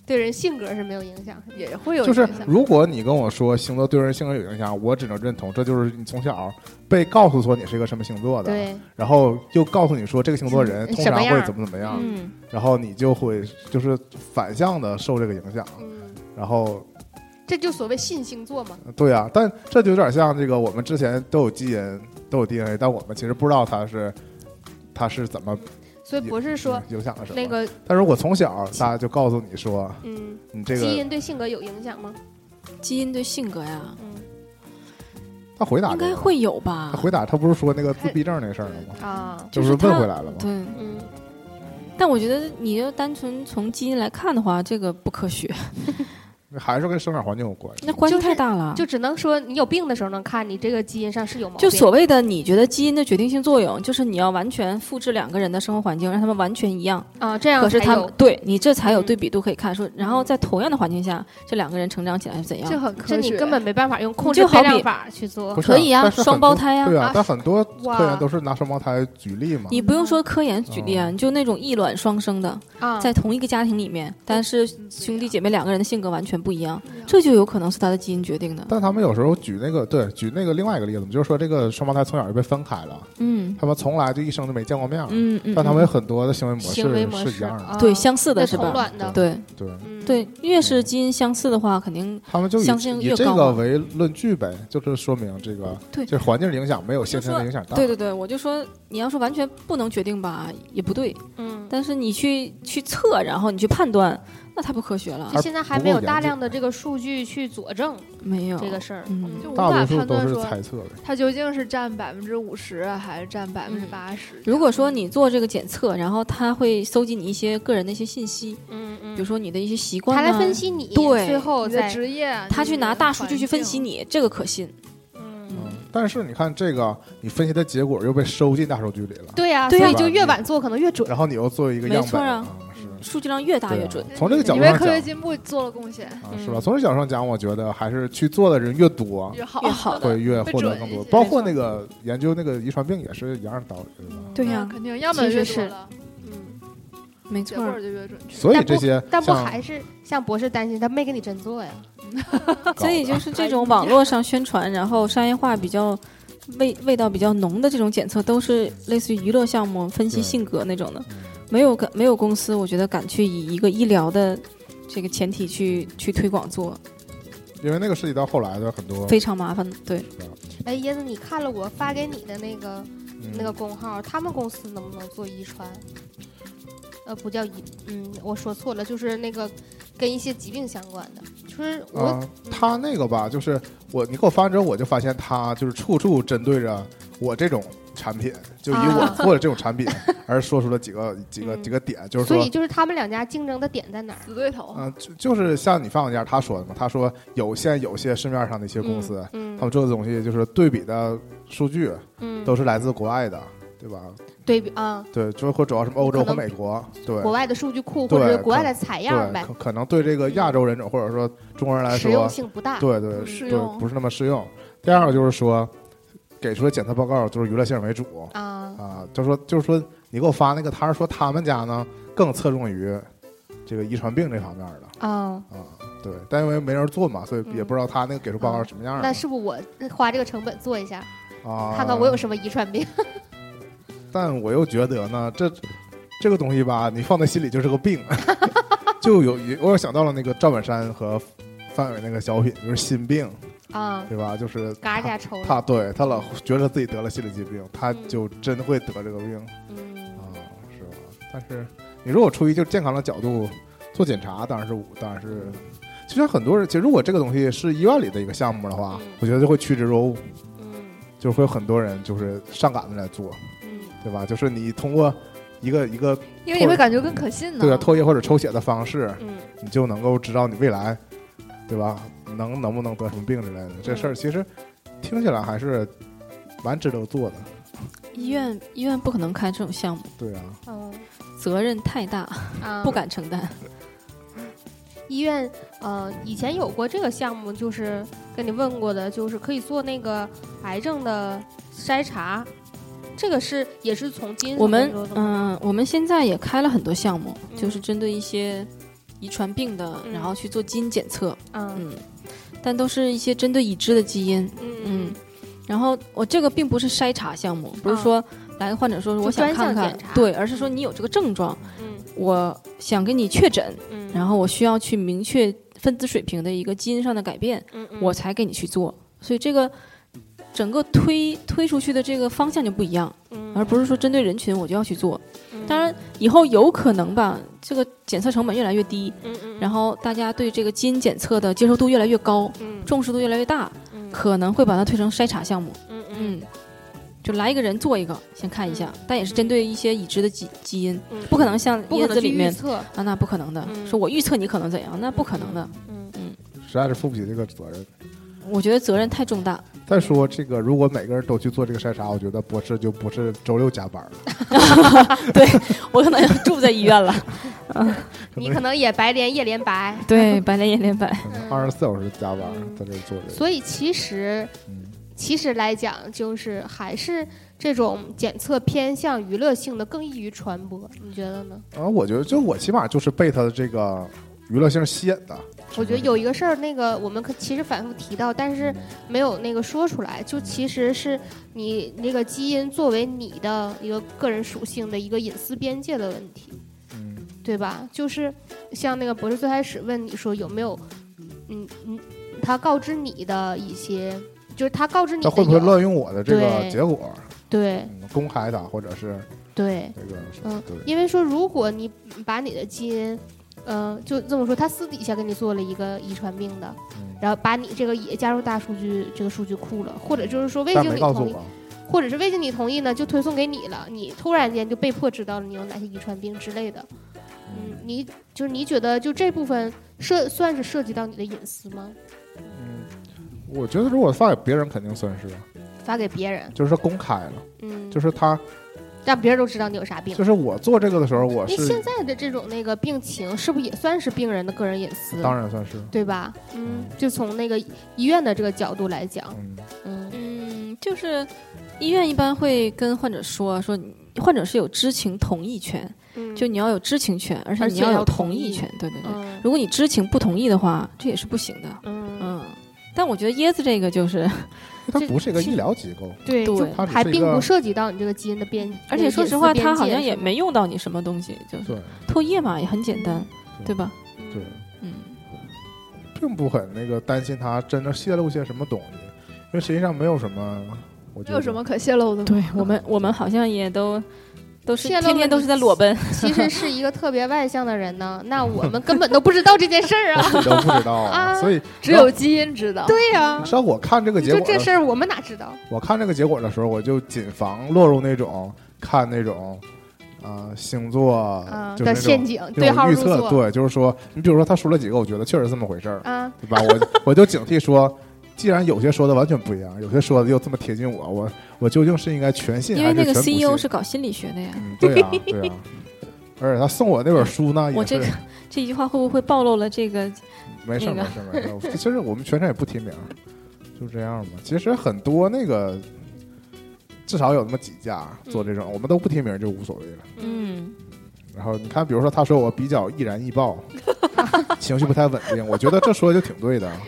对人性格是没有影响。是吧也会有就影是响。如果你跟我说星座对人性格有影响，我只能认同，这就是你从小被告诉说你是一个什么星座的。对，然后又告诉你说这个星座人嗯通什常么样会怎么怎么样，嗯，然后你就会就是反向的受这个影响，嗯，然后这就所谓信星座嘛。对啊，但这就有点像这个我们之前都有基因都有 DNA，但我们其实不知道它是它是怎么所以博士说影响了什么。那个，但如果从小大家就告诉你说嗯，你这基个，因对性格有影响吗？基因对性格呀，嗯他回答应这个该，会有吧他？回答他不是说那个自闭症那事儿了吗？啊，就是是他问回来了吗？对，嗯，但我觉得你要单纯从基因来看的话，这个不科学，还是跟生长环境有关系那。关系就是太大啊了。就只能说你有病的时候能看你这个基因上是有毛病。就所谓的你觉得基因的决定性作用，就是你要完全复制两个人的生活环境，让他们完全一样，啊，这样可是才他有们对你这才嗯有对比度可以看说，然后在同样的环境下，这两个人成长起来是怎这样？很这科你学，根本没办法用控制就变好比量法去做不。是啊可以啊但是很双多胞胎啊对啊啊，但很多哇科研都是拿双胞胎举例嘛。你嗯不用说科研举例嗯啊，你就那种异卵双生的，啊，嗯在同一个家庭里面，但是兄弟姐妹两个人的性格完全不一样，啊这就有可能是他的基因决定的。但他们有时候举那个对举那个另外一个例子，就是说这个双胞胎从小就被分开了，嗯他们从来就一生就没见过面儿，嗯嗯，但他们有嗯很多的行为模行为模式是一式样的，啊对相似的那是同吧？卵的，对对。嗯，对，越是基因相似的话，肯定他们就以相信以越这高个嘛为论据呗，就是说明这个对就是环境影响没有先天的影响大。对对对，我就说你要说完全不能决定吧，也不对，嗯，但是你去去测，然后你去判断，那太不科学了就而，现在还不没够有大严谨量的这个数据去佐证没有这个事儿，嗯就无大多法数判都断是说猜测的。它究竟是占百分之五十还是占百分之嗯八十。如果说你做这个检测，然后他会搜集你一些个人的一些信息，嗯比嗯，如说你的一些习惯、他啊，来分，析你，对最后你的再职业啊，他你去的拿大数据环去分析境，你，这个可信。嗯，嗯，但是你看这个，你分析的结果又被收进大数据里了，对呀，对所啊以就越晚做可能越准，然后你又作为一个没样错本，啊嗯是数据量越大对越啊准。从这个角你度为上科学讲，进步做了贡献啊嗯是吧？从这角度上讲，我觉得还是去做的人越多，越好 越好会越会获得准更一多。些包括那个研究那个遗传病也是一样的道理，对吧？对呀、肯定样本其越实多是了，嗯，没结错果儿，就越准确。所以但不这些但不像还是像博士担心，他没给你真做呀，搞所以的就是这种网络上宣传，然后商业化比较嗯味味道比较浓的这种检测，都是类似于娱乐项目分析对性格那种的，嗯没有敢没有公司，我觉得敢去以一个医疗的这个前提去去推广做，哦因为那个涉及到后来的很多非常麻烦。对，哎，椰子，你看了我发给你的那个嗯那个公号，他们公司能不能做遗传？呃，不叫遗，嗯，我说错了，就是那个跟一些疾病相关的，就是我、啊，他那个吧，就是我你给我发完之后，我就发现他就是处处针对着我这种产品，就以我啊做的这种产品而说出了几 个几个嗯几个点，就是所说以。就是他们两家竞争的点在哪儿？死对头，嗯、就就是像你放那家他说的嘛，他说有现在有些市面上的一些公司，啊嗯他，们做的东西就是对比的数据嗯，都是来自国外的，对吧？对比啊，对，就或主要是欧洲和可能美国，对国外的数据库对或者是国外可的采样对，呗可，可能对这个亚洲人种或者说中国人来实用说，性不大。对对不适对，用不是那么适用。第二个就是说，给出的检测报告就是娱乐性为主啊，啊，就说就是说你给我发那个，他是说他们家呢更侧重于这个遗传病这方面的啊，啊，对，但因为没人做嘛，所以也嗯不知道他那个给出报告是什么样那的是不是我花这个成本做一下，啊。看看我有，什么遗传病？ 但我又觉得呢，这这个东西吧，你放在心里就是个病， 就有我又想到了那个赵本山和范伟那个小品，就是心病，啊，对吧？就是嘎家抽了，他对他老觉得自己得了心理疾病，他就真会得这个病啊嗯，，是吧？但是你如果出于就健康的角度做检查，当然是当然嗯是，其实很多人，其实如果这个东西是医院里的一个项目的话嗯，我觉得就会趋之若鹜，嗯就会有很多人就是上赶着来做，嗯，对吧？就是你通过一个一个因为你会感觉更可信呢。对啊唾液或者抽血的方式，嗯，你就能够知道你未来，对吧？能能不能得什么病之类的，这嗯事儿其实听起来还是蛮值得做的，医院医院不可能开这种项目，对啊。嗯责任太大，啊，不敢承担。医院，呃，以前有过这个项目，就是跟你问过的，就是可以做那个癌症的筛查，这个是也是从基因我们层面说的吗嗯、我们现在也开了很多项目，嗯就是针对一些遗传病的，嗯然后去做基因检测，嗯嗯，但都是一些针对已知的基因，嗯嗯嗯。然后我这个并不是筛查项目，不是说来个患者说我想看专项看检查，对，而是说你有这个症状，嗯我想给你确诊，嗯，然后我需要去明确分子水平的一个基因上的改变，嗯嗯我才给你去做。所以这个整个推推出去的这个方向就不一样，嗯而不是说针对人群我就要去做。嗯当然，以后有可能吧，这个检测成本越来越低，嗯嗯，然后后大家对这个基因检测的接受度越来越高，嗯重视度越来越大，嗯可能会把它推成筛查项目。嗯嗯嗯，就来一个人做一个，先看一下，但也是针对一些已知的基基因，嗯，不可能像不可椰能子去里预面测，啊，那不可能的。嗯说我预测你可能怎样，那不可能的。嗯实在是负不起这个责任。我觉得责任太 重大，再说这个，如果每个人都去做这个筛查，我觉得博士就不是周六加班了，我可能要住在医院嗯了。你可能也白连夜连白，对，白连夜连白。可能嗯二十四小时加班嗯在这做这个。所以其实嗯，其实来讲，就是还是这种检测偏向娱乐性的更易于传播，你觉得呢？啊然后我觉得，就我起码就是被他的这个娱乐性吸引的。我觉得有一个事儿，那个我们可其实反复提到，但嗯是没有那个说出来，就其实是你那个基因作为你的一个个人属性的一个隐私边界的问题，嗯，对吧？就是像那个博士最开始问你说有没有，嗯嗯，他告知你的一些，就是他告知你他的会不会有乱用我的这个对结果，对嗯，公开它，或者是对，这个嗯对，因为说如果你把你的基因，嗯、就这么说，他私底下给你做了一个遗传病的。嗯然后把你这个也加入大数据这个数据库了，或者就是说未但经没你告诉同意，我，或者是未经你同意呢，就推送给你了，你突然间就被迫知道了你有哪些遗传病之类的。嗯，你就是你觉得就这部分涉算是涉及到你的隐私吗？嗯，我觉得如果发给别人肯定算是，发给别人，就是公开了，嗯，就是他，让别人都知道你有啥病就。是我做这个的时候，我那嗯现是在的这种那个病情，是不是也算是病人的个人隐私？当，然算是，对吧？嗯，就从那个医院的这个角度来讲，嗯嗯嗯，就是医院一般会跟患者说说你，患者是有知情同意权，嗯，就你要有知情权，而且而你且要有同同意意权。对对对，嗯如果你知情不同意的话，这也是不行的。嗯，嗯，但我觉得椰子这个就是，它这不是一个医疗机构，对，对就它只还是一并个不涉及到你这个基因的边，而且说实话，他它好像也没用到你什么东西，就是对嗯唾液嘛，也很简单，对吧？对，嗯，并不很那个担心他真的泄露些什么东西，因为实际上没有什么，我觉没得有什么可泄露的嘛。对我们我们好像也都都是泄露天天了都你是在裸奔， 其实是一个特别外向的人 呢，那我们根本都不知道这件事儿我 啊。自己都不知道，啊所以只有基因知道。对呀、你知道我看这个结就果这的事儿我们哪知道？我看这个结果的时候，我就谨防落入那种看那种啊、星座、啊就是的那陷种阱，对那号种预入测，座对，就是说，你比如说他说了几个，我觉得确实这么回事儿，啊，对吧？我我就警惕说。既然有些说的完全不一样，有些说的又这么贴近我，我我究竟是应该全信因还为是那全个 E 不信？ CEO 是搞心理学的呀。嗯，对呀、 对呀、而且他送我那本书呢，我也这是个这一句话会不会暴露了这个？没事儿没那个事儿没事儿。其实我们全程也不提名，就这样嘛。其实很多那个，至少有那么几家做这种，我们都不提名就无所谓了。嗯，然后你看，比如说他说我比较易燃易爆， 情绪不太稳定，我觉得这说的就挺对的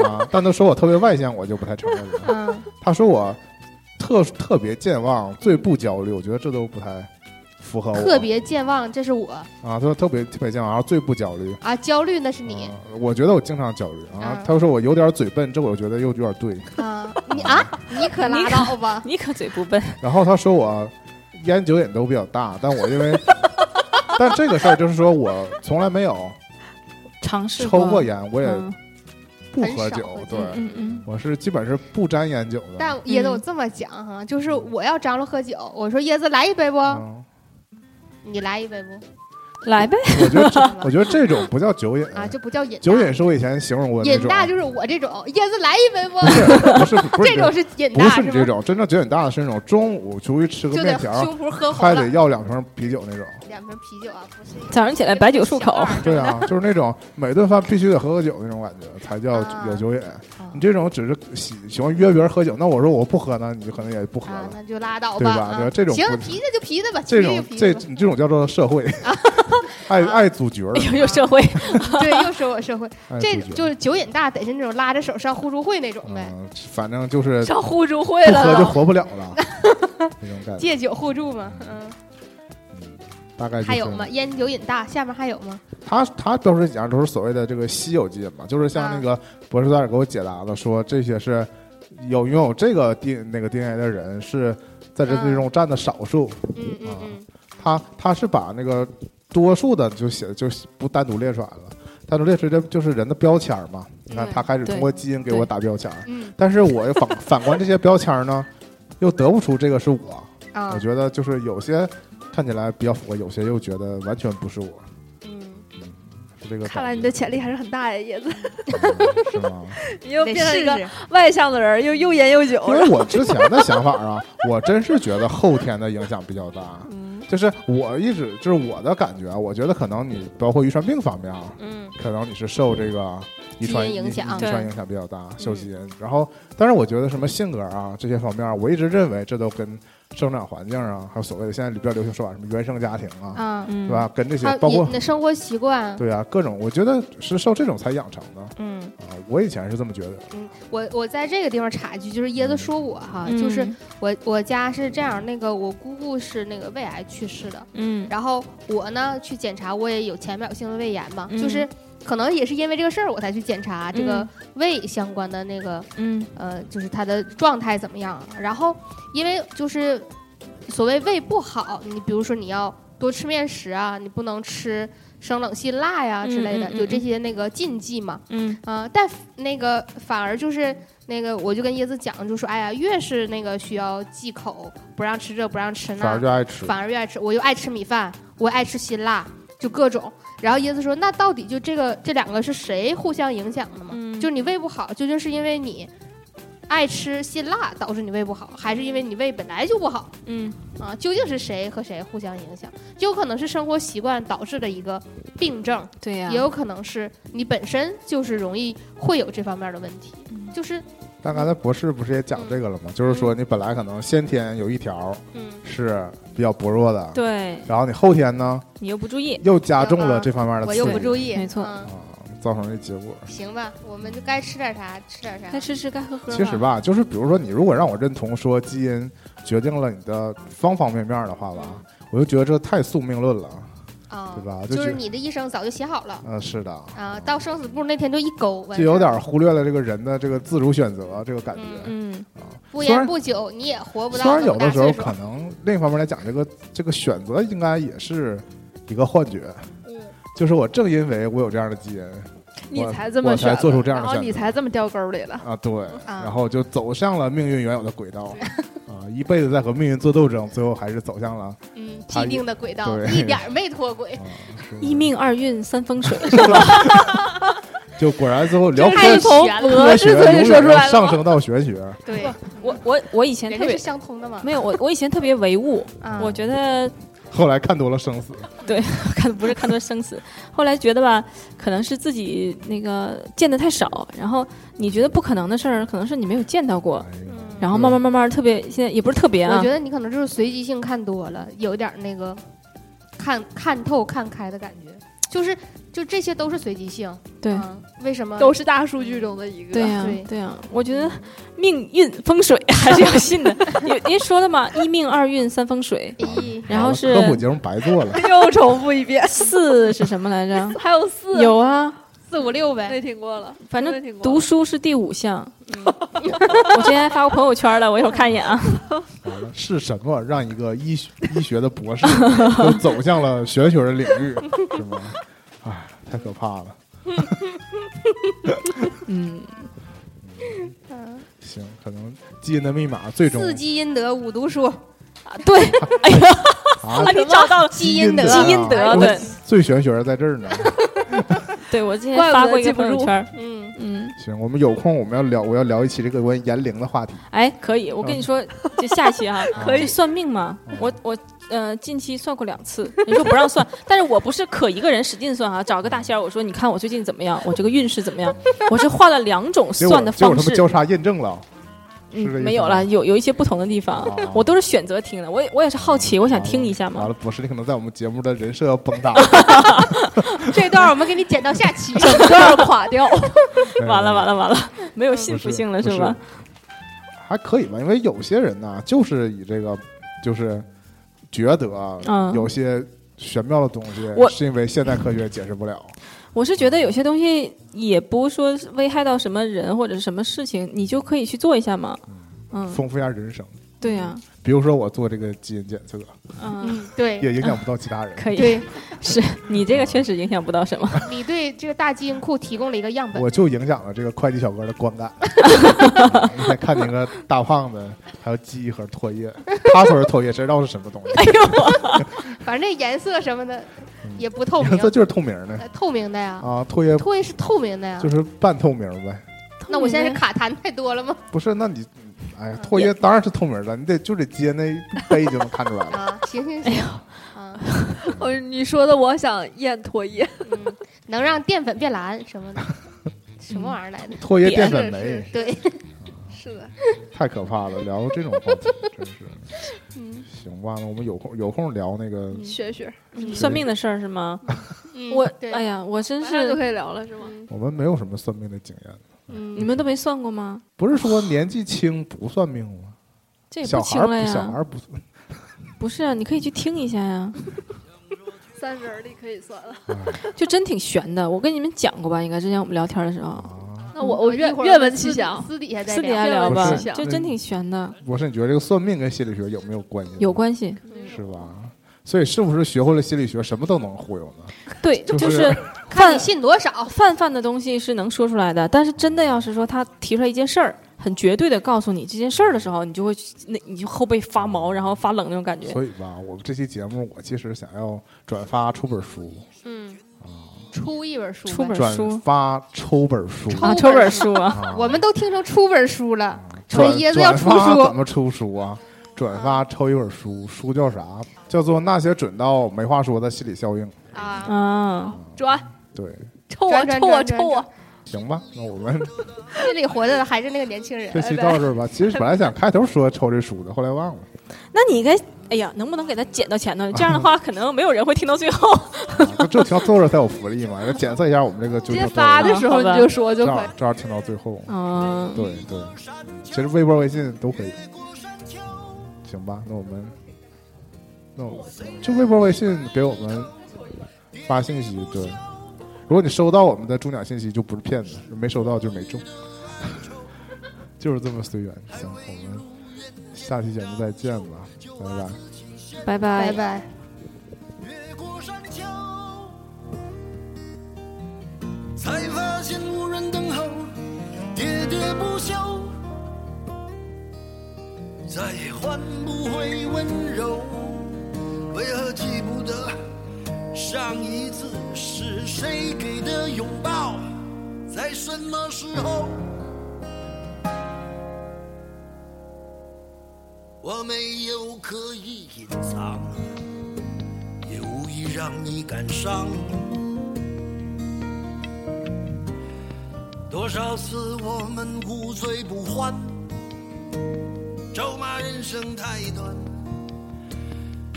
啊。但他说我特别外向，我就不太承认了。嗯，他说我特特别健忘，最不焦虑，我觉得这都不太符合我。特别健忘，这是我啊，他说特别特别健忘，然后最不焦虑。啊，焦虑那是你啊我觉得我经常焦虑啊啊。他说我有点嘴笨，这我觉得又有点对。 啊，你啊，你可拉倒嗯吧，你可嘴不笨，然后他说我烟酒瘾都比较大，但我因 为，但这个事儿就是说我从来没有尝试 抽过烟，我也嗯不喝很酒少喝，酒对。嗯嗯我是基本是不沾烟酒的，但椰子，我这么讲哈，就是我要张罗喝酒，我说椰子来一杯不？嗯，你来一杯不？嗯，来呗。我觉得这 是吧我觉得这种不叫酒瘾，啊，就不叫瘾大，酒瘾是我以前形容过的那瘾种，大就是我这种，椰子来一杯不？不是 不是不是这你种是瘾不大是你这吗？种，真正酒瘾大的是那种中午出去吃个就面得条，胸脯喝还红得了要两瓶啤酒那 种。两瓶啤酒啊，不是一个早上起来白酒漱口，对啊，就是那种每顿饭必须得喝个酒那种感觉，才叫啊有酒瘾。你这种只是喜喜欢约别人喝酒，那我说我不喝呢，你就可能也不喝啊，了。那就拉倒对吧啊对吧这种行不，皮的就皮的吧，这皮种的就皮这的吧你这种叫做社 会，爱爱组局儿，有有社会，对，又说我社 会，爱哎这组局儿。就是酒瘾大，得是那种拉着手上互助会那种呗，嗯，反正 就是上互助会不喝就了，活不了了，那种感觉。戒酒互助嘛，嗯，大概就是还有吗？烟酒瘾大，下面还有吗？他他标准几样都是所谓的这个稀有基因嘛，就是像那个博士在这给我解答的，说这些是有拥有这个 D 那个 DNA 的人是在这嗯其中占的少数，嗯嗯嗯，他他是把那个多数的就写就不单独列出来了，单独列出来这就是人的标签儿嘛。你看对他开始通过基因给我对打标签儿，嗯但是我又反 反观这些标签儿呢，又得不出这个是我。我啊，觉得就是有些看起来比较符合，有些又觉得完全不是我，嗯，是这个感觉。看来你的潜力还是很大呀，椰子。嗯是吗？你又得变成一试个试，外向的人，又又烟又酒因，为我之前的想法啊，我真是觉得后天的影响比较大。嗯，就是我一直就是我的感觉啊，我觉得可能你包括遗传病方面啊，嗯可能你是受这个遗传基因影响遗遗传对影响比啊较大，受基因。然后，但是我觉得什么性格啊这些方面，我一直认为这都跟生长环境啊，还有所谓的现在里边流行说法什么原生家庭啊，啊，嗯，对吧？？跟这些还有包括你的生活习惯，对啊，各种我觉得是受这种才养成的嗯，啊。我以前是这么觉得，嗯，我我在这个地方插一句，就是椰子嗯说我哈，就是我我家是这样，那个我姑姑是那个胃癌去世的，嗯，然后我呢去检查，我也有前表性的胃炎嘛，嗯就是可能也是因为这个事儿，我才去检查这个嗯胃相关的那个嗯呃，就是它的状态怎么样。啊然后因为就是所谓胃不好，你比如说你要多吃面食啊，你不能吃生冷辛辣呀、之类的，嗯嗯嗯有这些那个禁忌嘛。嗯啊、但那个反而就是那个，我就跟椰子讲，就说哎呀，越是那个需要忌口，不让吃这，不让吃那，反而就爱吃。反而越爱吃，我又爱吃米饭，我爱吃辛辣，就各种。然后椰子说：“那到底就这个这两个是谁互相影响的嘛？嗯就是你胃不好，究竟是因为你爱吃辛辣导致你胃不好，还是因为你胃本来就不好嗯啊？究竟是谁和谁互相影响？有可能是生活习惯导致的一个病症，对呀，也有可能是你本身就是容易会有这方面的问题。嗯就是但刚才博士不是也讲这个了吗？就是说你本来可能先天有一条嗯，是比较薄弱的，对然后你后天呢你又不注意，又加重了这方面的我刺又激，不注意，没错嗯啊，造成这结果。行吧，我们就该吃点啥吃点啥。该吃吃该喝喝。其实，吧，就是比如说你如果让我认同说基因决定了你的方方面面的话吧，嗯我就觉得这太宿命论了。啊，对吧就就是是你的一生早就写好了嗯，是的，啊，到生死簿那天就一勾，完就有事儿点忽略了这个人的这个自主选择这个感觉。嗯嗯不虽言然不久，你也活不到虽然这么有大的时候岁数可能另一方面来讲，这个这个选择应该也是一个幻觉，嗯就是我正因为我有这样的基因你我才这么我选才的，做出这样的然后选你择才这么掉沟里了。啊，对，嗯然后就走向了命运原有的轨道。啊，一辈子在和命运做斗争，最后还是走向了嗯，他既定的轨道，对一点儿没脱轨 啊，是一命二运三 风水，就果然最后聊哦太科玄从了博学，士嘴里永说远出要来了上吗，升到玄学。对，我我我以前人特家别是相通的嘛。没有我我以前特别唯物， 啊，我觉得 后来看多了生死，看不是看多生死，后来觉得吧，可能是自己那个见的太少，然后你觉得不可能的事儿，可能是你没有见到过，哎呀嗯然后慢慢慢慢特别，现在也不是特别我啊觉，得你可能就是随机性看多了，有点儿那个看看透看开的感觉，就是就这些都是随机性。对嗯，为什么都是大数据中的一个。对呀、对对呀、我觉得命运风水 还是要信的，您您说的嘛，一命二运三风水， 咦，然后是，科普节目白做了， 又重复一遍四是什么 来着 ？还有四，有啊，四五六没呗，听过了，嗯反正没听过读书是第五项。 我之前还发过朋友圈了，我一会儿看一眼啊。完了是什么让一个医学医学的 博士都走向了玄学的领域，是吗？哎，太可怕了。嗯，嗯行，可能基因的密码最终四积阴德五读书，啊对，哎呀，啊，你找到了，积阴德，啊基因德对最玄学在这儿呢。对我之前怪不得发过一个记不朋友住圈，嗯，嗯，行，我们有空我们要聊，我要聊一期这个关于言灵的话题。哎，可以，我跟你说，就下一期哈，可以就算命嘛嗯，我我呃近期算过两次，你说不让算，但是我不是可一个人使劲算哈，找个大仙儿，我说你看我最近怎么样，我这个运势怎么样，我是换了两种结果算的结果方他们交式，叉验证了，是这嗯意思吗没有了，有有一些不同的地方哦， 我都是选择听的，我也我也是好奇，我想听一下完嘛了，，博士，你可能在我们节目的人设要崩 塌。这段我们给你剪到下 期。整个垮掉。完了完了完 了，没有信不服是性了不是是吧？还可以吧，因为有些人呢，就是以这个，就是觉得啊嗯有些玄妙的东西，我是因为现代科学解释不了。我是觉得有些东西也不说是危害到什么人或者是什么事情，你就可以去做一下嘛。嗯，丰富一下人生。对呀、比如说我做这个基因检测，嗯，嗯，对也影响不到其他人。可以。对，是你这个确实影响不到 什么。你对这个大基因库提供了一个样本。我就影响了这个会计小哥的观 感。你才看见个大胖子，还有鸡一盒唾液，他说是唾液，谁知道是什么东西？哎呦，反正这颜色什么的嗯也不透 颜色明，就是透明的呃透明的呀，啊，唾液唾液是透明的呀就。是半透明呗。那我现在是卡痰太多了吗？不是，那你，哎呀，唾液当然是透明的，你得就得接那一杯就能看出来了。啊， 行行行，啊，哦，你说的我想咽唾液，嗯，能让淀粉变蓝什么的，什么玩意儿来的？唾液淀 是粉酶是，对，是的，太可怕了，聊这种话题真是。嗯行吧，那我们有空有空聊那个，学学，嗯算命的事儿是吗？嗯我对哎呀，我真马上就是可以聊了是吗？嗯我们没有什么算命的经验。你嗯，们都没算过吗？不是说年纪轻不算命吗？这也小不孩儿不轻啊了小孩呀，儿不算，不是啊，你可以去听一下呀，三十而立可以算了。就真挺悬的。我跟你们讲过吧，应该之前我们聊天的时候，啊那我我一愿会儿愿闻私其详。私底下再私底下聊聊吧不，是就真挺悬的，博士，你觉得这个算命跟心理学有没有关系？有，关系。是吧？所以是不是学会了心理学，什么都能忽悠呢？对，就是是看泛你信多少。泛泛的东西是能说出来的，但是真的要是说他提出来一件事儿，很绝对的告诉你这件事儿的时候，你就会那你就后背发毛，然后发冷那种感觉。所以吧，我们这期节目，我其实想要转发出本书嗯，啊，出一本书吧，出本转书发抽本书。抽啊，抽本书 啊， 啊我们都听成出本书了。所转以椰子要出转发书怎么出书啊？转发抽一本书，书叫啥？叫做《那些准到没话说的心理效应》。啊，啊，转对，抽我转转抽我转转抽我，行吧，那我们心里活着的还是那个年轻人这。期到这儿吧。其实本来想开头说抽这书的，后来忘了。那你应该，哎呀，能不能给他剪到前头？这 样的话，可能没有人会听到最后。啊那这条最后才有福利嘛，要检测一下我们这个直九接九发的时候你就说就正可好以。正好听到最后。嗯，对对，其实微博、微信都可以。行吧，那我们，那我就微博、微信给我们发信息。对，如果你收到我们的中奖信息，就不是骗子；没收到就没中， 就是这么随缘。行，我们下期节目再见吧，拜拜。拜拜拜。拜。越过山丘，才发现无人等候，喋喋不休，再也换不回温柔。为何记不得上一次是谁给的拥抱，在什么时候？我没有刻意隐藏。也无意让你感伤。多少次我们无醉不欢，咒骂人生太短，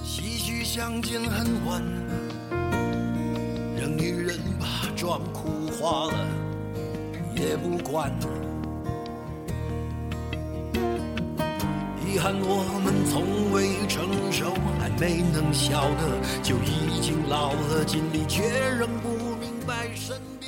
唏嘘相见恨晚，让女人把妆哭花了也不管。遗憾我们从未成熟，还没能笑得就已经老了，心里却仍不明白身边。